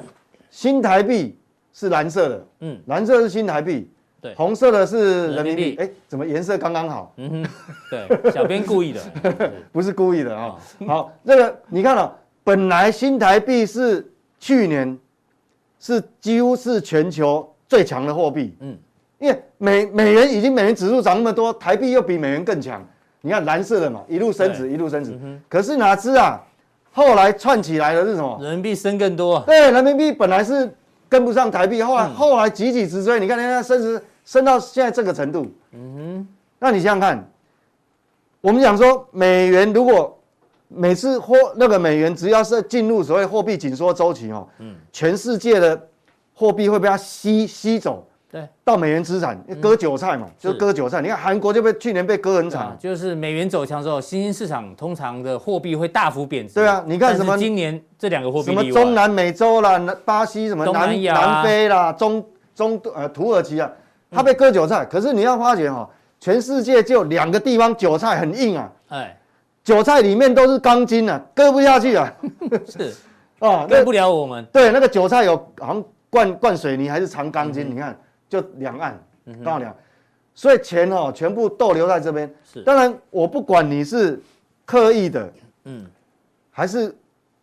Speaker 1: 新台币是蓝色的，
Speaker 2: 嗯
Speaker 1: 嗯，蓝色是新台币，
Speaker 2: 对
Speaker 1: 红色的是人民
Speaker 2: 人民
Speaker 1: 币
Speaker 2: 币，
Speaker 1: 哎，怎么颜色刚刚好？
Speaker 2: 嗯哼，对，小编故意的。
Speaker 1: 不是故意的啊、好，这个你看了、本来新台币是去年是几乎是全球最强的货币，
Speaker 2: 嗯
Speaker 1: 嗯，因为美美元已经美元指数涨那么多，台币又比美元更强。你看蓝色的嘛，一路升值，一路升值。可是哪知啊，后来串起来的是什么？
Speaker 2: 人民币升更多啊，
Speaker 1: 对，哎人民币本来是跟不上台币，后来、后来急起直追，你看人家升值升到现在这个程度，嗯哼，那你想想看，我们讲说美元如果每次货那个美元只要是进入所谓货币紧缩周期哦，嗯，全世界的货币会被它吸吸走
Speaker 2: 对，
Speaker 1: 到美元资产，割韭菜嘛，嗯就是割韭菜。你看韩国就被去年被割很
Speaker 2: 对啊
Speaker 1: 惨，，
Speaker 2: 就是美元走强之后，新兴市场通常的货币会大幅贬值。
Speaker 1: 对啊你看
Speaker 2: 但是
Speaker 1: 什么
Speaker 2: 今年这两个货币
Speaker 1: 什么
Speaker 2: 例外啊
Speaker 1: 中南美洲啦、南巴西什么
Speaker 2: 东
Speaker 1: 南
Speaker 2: 南亚啊
Speaker 1: 非啦、中中呃土耳其啊，它被割韭菜。可是你要发觉哈、哦全世界就两个地方韭菜很硬啊，
Speaker 2: 哎，
Speaker 1: 韭菜里面都是钢筋啊，割不下去啊
Speaker 2: 是
Speaker 1: 啊，
Speaker 2: 跟
Speaker 1: 那
Speaker 2: 不了我们。
Speaker 1: 对那个韭菜有好像灌灌水泥还是藏钢筋，你看就两岸刚好两岸，所以钱哦全部逗留在这边。
Speaker 2: 是
Speaker 1: 当然我不管你是刻意的，
Speaker 2: 嗯，
Speaker 1: 还是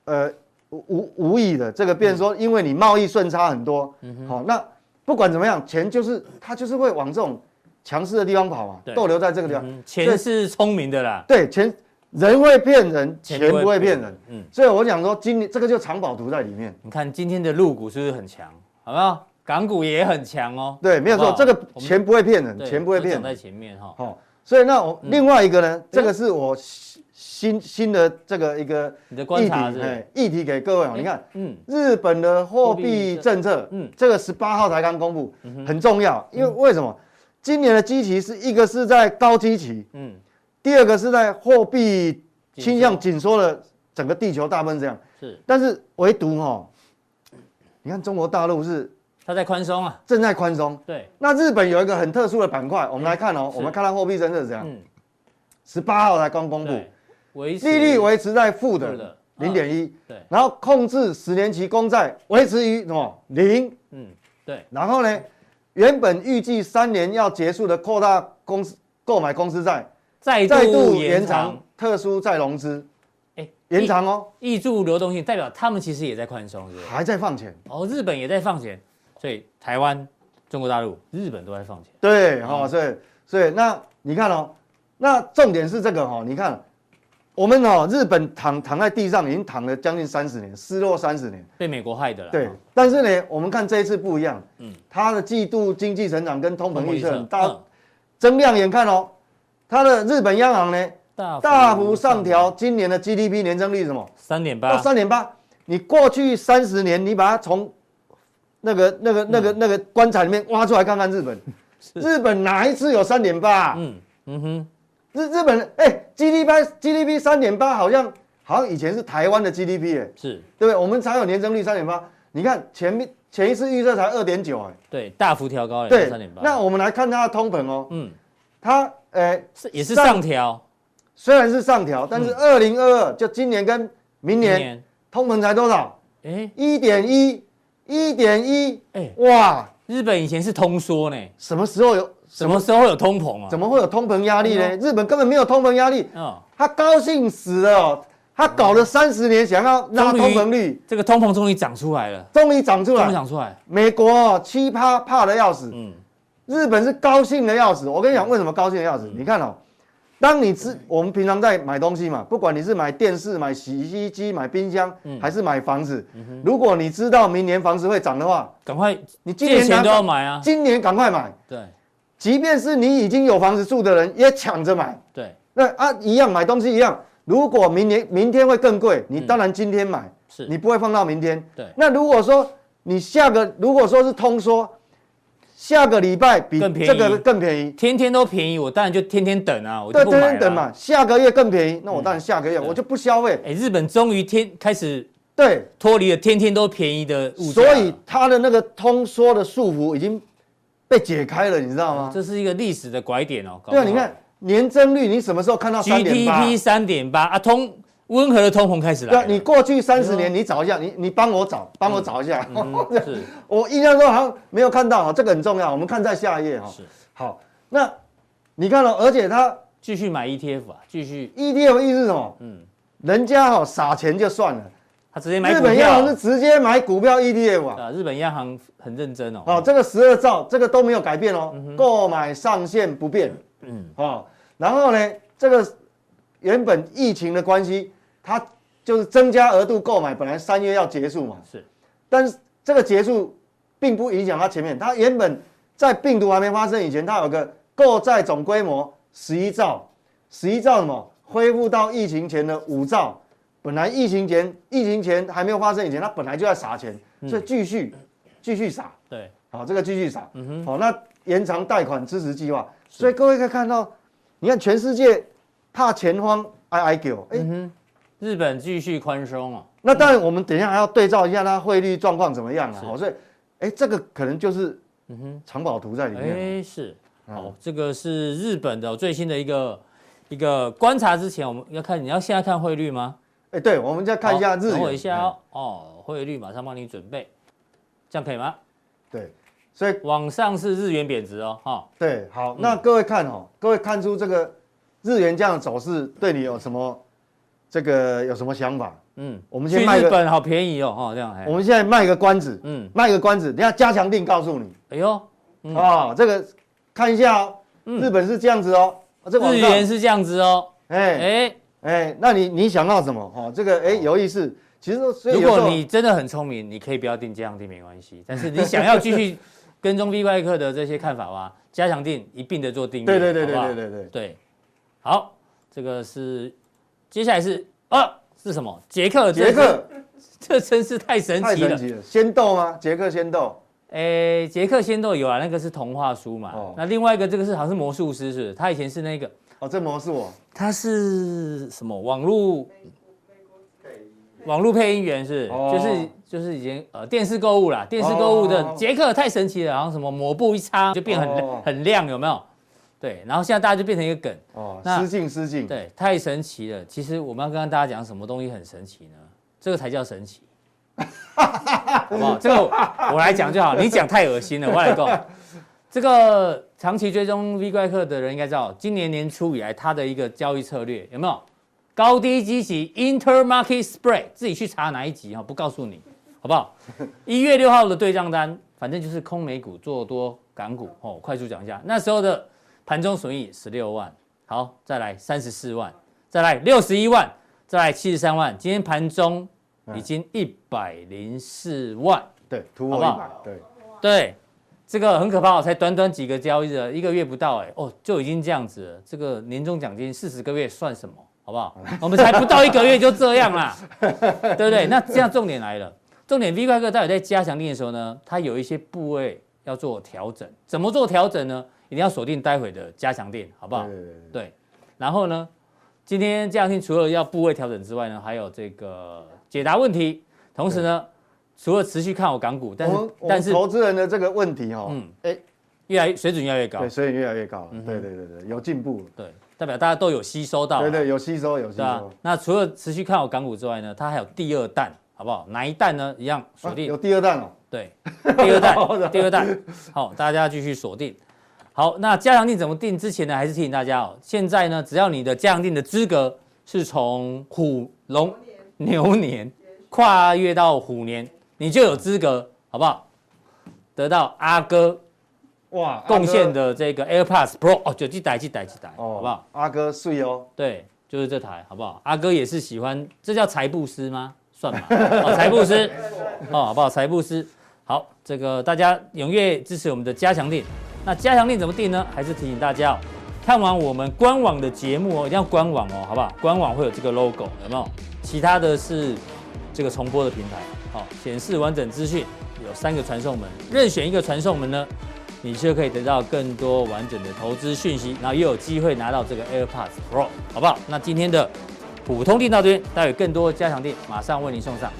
Speaker 1: 呃无无意的，这个变成说，因为你贸易顺差很多，好、那不管怎么样，钱就是它就是会往这种强势的地方跑嘛
Speaker 2: 对，
Speaker 1: 逗留在这个地方。
Speaker 2: 嗯钱是聪明的啦，
Speaker 1: 对，钱人会骗人，钱不会骗人。。
Speaker 2: 嗯，
Speaker 1: 所以我讲说，今年这个就藏宝图在里面。
Speaker 2: 你看今天的陆股是不是很强？好不好？港股也很强哦。
Speaker 1: 对，没有
Speaker 2: 好
Speaker 1: 错，
Speaker 2: 不好
Speaker 1: 这个钱不会骗人，
Speaker 2: 对
Speaker 1: 钱不会骗
Speaker 2: 都走在
Speaker 1: 人。
Speaker 2: 前面哈。
Speaker 1: 好、所以那我、
Speaker 2: 嗯
Speaker 1: 另外一个呢，这个是我新新新的这个一个
Speaker 2: 你的观
Speaker 1: 议
Speaker 2: 察
Speaker 1: 题，
Speaker 2: 是，
Speaker 1: 哎，议题给各位哦，你看。
Speaker 2: 嗯，
Speaker 1: 日本的货币政策，
Speaker 2: 嗯
Speaker 1: 嗯，这个十八号才刚公布，很重要，因为为什么？今年的基期是一个是在高基期，
Speaker 2: 嗯
Speaker 1: 嗯，第二个是在货币倾向紧缩的整个地球大部分是这样，
Speaker 2: 是，
Speaker 1: 但是唯独哈，你看中国大陆是
Speaker 2: 它在宽松啊。
Speaker 1: 正在宽松，
Speaker 2: 对，
Speaker 1: 那日本有一个很特殊的板块，我们来看哦，
Speaker 2: 嗯是
Speaker 1: 我们看它货币政策是这样，
Speaker 2: 嗯，
Speaker 1: 十八号才刚公布，
Speaker 2: 对，维持
Speaker 1: 利率维持在负
Speaker 2: 负的
Speaker 1: 的
Speaker 2: 嗯
Speaker 1: 零点一，
Speaker 2: 对，
Speaker 1: 然后控制十年期公债维持于什么零。
Speaker 2: 嗯，对，
Speaker 1: 然后呢，原本预计三年要结束的扩大公司购买公司债，
Speaker 2: 再
Speaker 1: 再
Speaker 2: 度
Speaker 1: 度
Speaker 2: 延
Speaker 1: 延
Speaker 2: 长
Speaker 1: 长，特殊再融资，
Speaker 2: 哎，
Speaker 1: 延长哦，
Speaker 2: 挹注流动性，代表他们其实也在宽松，是不是？
Speaker 1: 还在放钱。
Speaker 2: 哦，日本也在放钱，所以台湾、中国大陆、日本都在放钱。
Speaker 1: 对，哈、所以所以那你看哦，那重点是这个哈、哦，你看我们哦，日本躺躺在地上已经躺了将近三十年，失落三十年。
Speaker 2: 被美国害的啦。
Speaker 1: 对
Speaker 2: 哦，
Speaker 1: 但是呢，我们看这一次不一样，嗯，它的季度经济成长跟通膨预测很大，
Speaker 2: 嗯
Speaker 1: 睁亮眼看哦，它的日本央行呢
Speaker 2: 大
Speaker 1: 大幅上调今年的 GDP 年增率什么
Speaker 2: 三点八
Speaker 1: 到，哦三点八。你过去三十年，你把它从那个、那个、
Speaker 2: 嗯
Speaker 1: 那个、那个棺材里面挖出来看看日本，日本哪一次有三点八？
Speaker 2: 嗯嗯哼，
Speaker 1: 日日本哎、GDP GDP 三点八，好像好像以前是台湾的 GDP 哎、
Speaker 2: 是
Speaker 1: 对不对？我们才有年增率三点八。你看前面前一次预测才二点九哎，
Speaker 2: 对，大幅调高了，
Speaker 1: 对
Speaker 2: 三点，八。
Speaker 1: 那我们来看它的通膨哦，
Speaker 2: 嗯，
Speaker 1: 它哎、
Speaker 2: 是也是
Speaker 1: 上
Speaker 2: 上调，
Speaker 1: 虽然是上调，但是二零二二就今年跟明
Speaker 2: 今
Speaker 1: 年
Speaker 2: 嗯年，
Speaker 1: 通膨才多少？
Speaker 2: 哎
Speaker 1: 一点一，一点一，
Speaker 2: 哎，
Speaker 1: 哇，
Speaker 2: 日本以前是通缩呢，
Speaker 1: 什么时候有？
Speaker 2: 什么时候有通膨啊？
Speaker 1: 怎
Speaker 2: 么？
Speaker 1: 么会有通膨压力呢？日本根本没有通膨压力，
Speaker 2: 嗯，
Speaker 1: 他高兴死了哦、他搞了三十年，想要拉通膨率，
Speaker 2: 这个通膨终于涨出来了，
Speaker 1: 终于涨出
Speaker 2: 终于
Speaker 1: 来。
Speaker 2: 涨出来。
Speaker 1: 美国哦，七趴怕的要死，
Speaker 2: 嗯，
Speaker 1: 日本是高兴的要死。我跟你讲，为什么高兴的要死？
Speaker 2: 嗯
Speaker 1: 你看哦，当你知我们平常在买东西嘛，不管你是买电视、买洗衣机、买冰箱，
Speaker 2: 嗯
Speaker 1: 还是买房子，如果你知道明年房子会涨的话，
Speaker 2: 赶快
Speaker 1: 你今
Speaker 2: 借
Speaker 1: 年
Speaker 2: 钱
Speaker 1: 拿
Speaker 2: 都要买啊。
Speaker 1: 今年赶快买。
Speaker 2: 对，
Speaker 1: 即便是你已经有房子住的人，也抢着买。
Speaker 2: 对，
Speaker 1: 那啊，一样买东西一样。如果明年明天会更贵，你当然今天买，
Speaker 2: 是
Speaker 1: 你不会放到明天。
Speaker 2: 对
Speaker 1: 那如果说你下个如果说是通缩，下个礼拜比
Speaker 2: 更便宜
Speaker 1: 这个更便宜，
Speaker 2: 天天都便宜，我当然就天天等啊，我就
Speaker 1: 对，
Speaker 2: 不
Speaker 1: 等
Speaker 2: 买
Speaker 1: 等
Speaker 2: 了
Speaker 1: 等
Speaker 2: 啊。
Speaker 1: 嘛，下个月更便宜，那我当然下个月我就不消费。
Speaker 2: 哎，日本终于天开始
Speaker 1: 对，
Speaker 2: 脱离了天天都便宜的物价
Speaker 1: 所
Speaker 2: 了，
Speaker 1: 以它的那个通缩的束缚已经被解开了，你知道吗？
Speaker 2: 这是一个历史的拐点哦。搞不
Speaker 1: 对啊，
Speaker 2: 好
Speaker 1: 你看年增率，你什么时候看到三点八？
Speaker 2: GDP 三点八啊，通温和的通膨开始
Speaker 1: 对啊
Speaker 2: 来，了。
Speaker 1: 你过去三十年，你找一下，你你帮我找，帮我找一下。
Speaker 2: 嗯是
Speaker 1: 我印象中好像没有看到哈，这个很重要，我们看在下一页哈。
Speaker 2: 是
Speaker 1: 好，那你看哦，而且它 E
Speaker 2: 继续买 ETF 啊，继续
Speaker 1: ETF 意思是什么？嗯，人家哈撒钱就算了，
Speaker 2: 他直接买
Speaker 1: 日
Speaker 2: 股
Speaker 1: 本央
Speaker 2: 票啊
Speaker 1: 行是直接买股票 ETF 啊。
Speaker 2: 啊，日本央行很认真哦。
Speaker 1: 哦，这个十二兆这个都没有改变哦，购买上限不变。嗯，哦，然后呢，这个原本疫情的关系，它就是增加额度购买，本来三月要结束嘛，
Speaker 2: 是，
Speaker 1: 但是这个结束并不影响它前面，它原本在病毒还没发生以前，它有个购债总规模十一兆，十一兆什么？恢复到疫情前的五兆。本来疫情前，疫情前还没有发生以前，它本来就在撒钱，所以继续继续撒。
Speaker 2: 对，
Speaker 1: 好，这个继续涨。
Speaker 2: 嗯
Speaker 1: 好、那延长贷款支持计划，所以各位可以看到，你看全世界怕前方挨挨狗，
Speaker 2: 嗯
Speaker 1: 哎、
Speaker 2: 日本继续宽松哦。
Speaker 1: 那当然我们等一下还要对照一下它汇率状况怎么样啊。好，所以，哎、这个可能就是，藏宝图在里面。
Speaker 2: 嗯哎，是，
Speaker 1: 嗯
Speaker 2: 好，这个是日本的最新的一个一个观察。之前我们要看，你要现在看汇率吗？
Speaker 1: 哎、对，我们再看一下
Speaker 2: 好
Speaker 1: 日
Speaker 2: 等
Speaker 1: 元。哎
Speaker 2: 我一下哦。哦，汇率马上帮你准备，这样可以吗？
Speaker 1: 对，所以
Speaker 2: 往上是日元贬值哦，哈，
Speaker 1: 对，好，那各位看哦，各位看出这个日元这样的走势对你有什么这个有什么想法？
Speaker 2: 嗯，
Speaker 1: 我们
Speaker 2: 去
Speaker 1: 先卖
Speaker 2: 日
Speaker 1: 个，
Speaker 2: 本好便宜哦，哈，这样，哎
Speaker 1: 我，们现在卖个关子，
Speaker 2: 嗯，
Speaker 1: 卖个关子，等一下加强定告诉你。
Speaker 2: 哎呦，嗯
Speaker 1: 哦，这个看一下哦，日本是这样子哦，啊这往
Speaker 2: 日
Speaker 1: 上
Speaker 2: 元，是这样子哦，
Speaker 1: 哎
Speaker 2: 哎，
Speaker 1: 哎，那你你想到什么？哦，这个哎有意思，其实所以
Speaker 2: 如
Speaker 1: 有时
Speaker 2: 果
Speaker 1: 候
Speaker 2: 你真的很聪明，你可以不要定这样定没关系，但是你想要继续 跟踪 V 怪客的这些看法哇，加强定一并的做定义。
Speaker 1: 对对对对
Speaker 2: 好不好
Speaker 1: 对对对，
Speaker 2: 对好，这个是接下来是啊是什么？杰克，
Speaker 1: 杰克
Speaker 2: 这，这真是太神
Speaker 1: 太
Speaker 2: 奇
Speaker 1: 神
Speaker 2: 了。
Speaker 1: 奇了，先斗吗？杰克先斗，
Speaker 2: 诶，杰克仙豆有啊，那个是童话书嘛。
Speaker 1: 哦
Speaker 2: 那另外一个这个是好像是魔术师，是不是？他以前是那个
Speaker 1: 哦，这模是我，
Speaker 2: 他是什么网络？网络配音员是，
Speaker 1: 哦
Speaker 2: 就是就是以前呃电视购物啦，电视购物的
Speaker 1: 哦
Speaker 2: 杰克太神奇了，好像什么抹布一擦就变很、
Speaker 1: 哦
Speaker 2: 很亮，有没有？对，然后现在大家就变成一个梗，
Speaker 1: 哦，
Speaker 2: 那
Speaker 1: 失敬失敬，
Speaker 2: 对，太神奇了。其实我们要跟大家讲什么东西很神奇呢？这个才叫神奇，好不好？这个我我来讲就好，你讲太恶心了，我来讲。这个长期追踪 V 怪客的人应该知道，今年年初以来他的一个交易策略有没有高低基期 intermarket spread？自己去查哪一集哈，不告诉你，好不好？一月六号的对账单，反正就是空美股做多港股哦。快速讲一下，那时候的盘中损益十六万，好，再来三十四万，再来六十一万，再来七十三万。今天盘中已经一百零四万，
Speaker 1: 对，突我
Speaker 2: 好
Speaker 1: 一
Speaker 2: 不好
Speaker 1: 百，对，
Speaker 2: 对，这个很可怕哦，才短短几个交易日，一个月不到，哎，哦，就已经这样子了。这个年终奖金四十个月算什么？好不好？我们才不到一个月就这样啦，对不对？那这样重点来了，重点 V 怪哥到底在加强力的时候呢，它有一些部位要做调整，怎么做调整呢？一定要锁定待会的加强力，好不好
Speaker 1: 对？对对对
Speaker 2: 对，然后呢，今天嘉庆除了要部位调整之外呢，还有这个解答问题，同时呢，除了持续看好港股，但
Speaker 1: 我
Speaker 2: 是
Speaker 1: 们我
Speaker 2: 但
Speaker 1: 们
Speaker 2: 是
Speaker 1: 投资人的这个问题哈，
Speaker 2: 嗯
Speaker 1: 哎，
Speaker 2: 越来越水准越来越高
Speaker 1: 对，，所以越来越高了，对对对对，有进步了，
Speaker 2: 对，代表大家都有吸收到啊，
Speaker 1: 对对，有吸收有吸
Speaker 2: 对啊
Speaker 1: 收，。
Speaker 2: 那除了持续看好港股之外呢，它还有第二弹，好不好？哪一弹呢？一样锁
Speaker 1: 啊
Speaker 2: 定
Speaker 1: 有第二弹哦，
Speaker 2: 对，第二弹，第二弹，好，大家继续锁定。好，那加强定怎么定？之前呢，还是提醒大家哦，现在呢，只要你的加强定的资格是从虎龙牛年跨越到虎年，你就有资格，好不好？得到阿哥
Speaker 1: 哇，
Speaker 2: 贡献
Speaker 1: 的
Speaker 2: 的这个 AirPods Pro 哦，就去逮去逮去逮，
Speaker 1: 哦
Speaker 2: 好不好？？
Speaker 1: 阿哥睡哦。
Speaker 2: 对，就是这台，好不好？阿哥也是喜欢，这叫财布师吗？算吧，哦，财布师，哦，好不好？财布师，好，这个大家踊跃支持我们的加强力。那加强力怎么定呢？还是提醒大家哦，看完我们官网的节目哦，一定要官网哦，好不好？官网会有这个 logo，有没有？其他的是这个重播的平台，好、显示完整资讯，有三个传送门，任选一个传送门呢，你就可以得到更多完整的投资讯息，然后也有机会拿到这个 AirPods Pro，好不好？那今天的普通定到这边，待会更多加强定马上为您送上。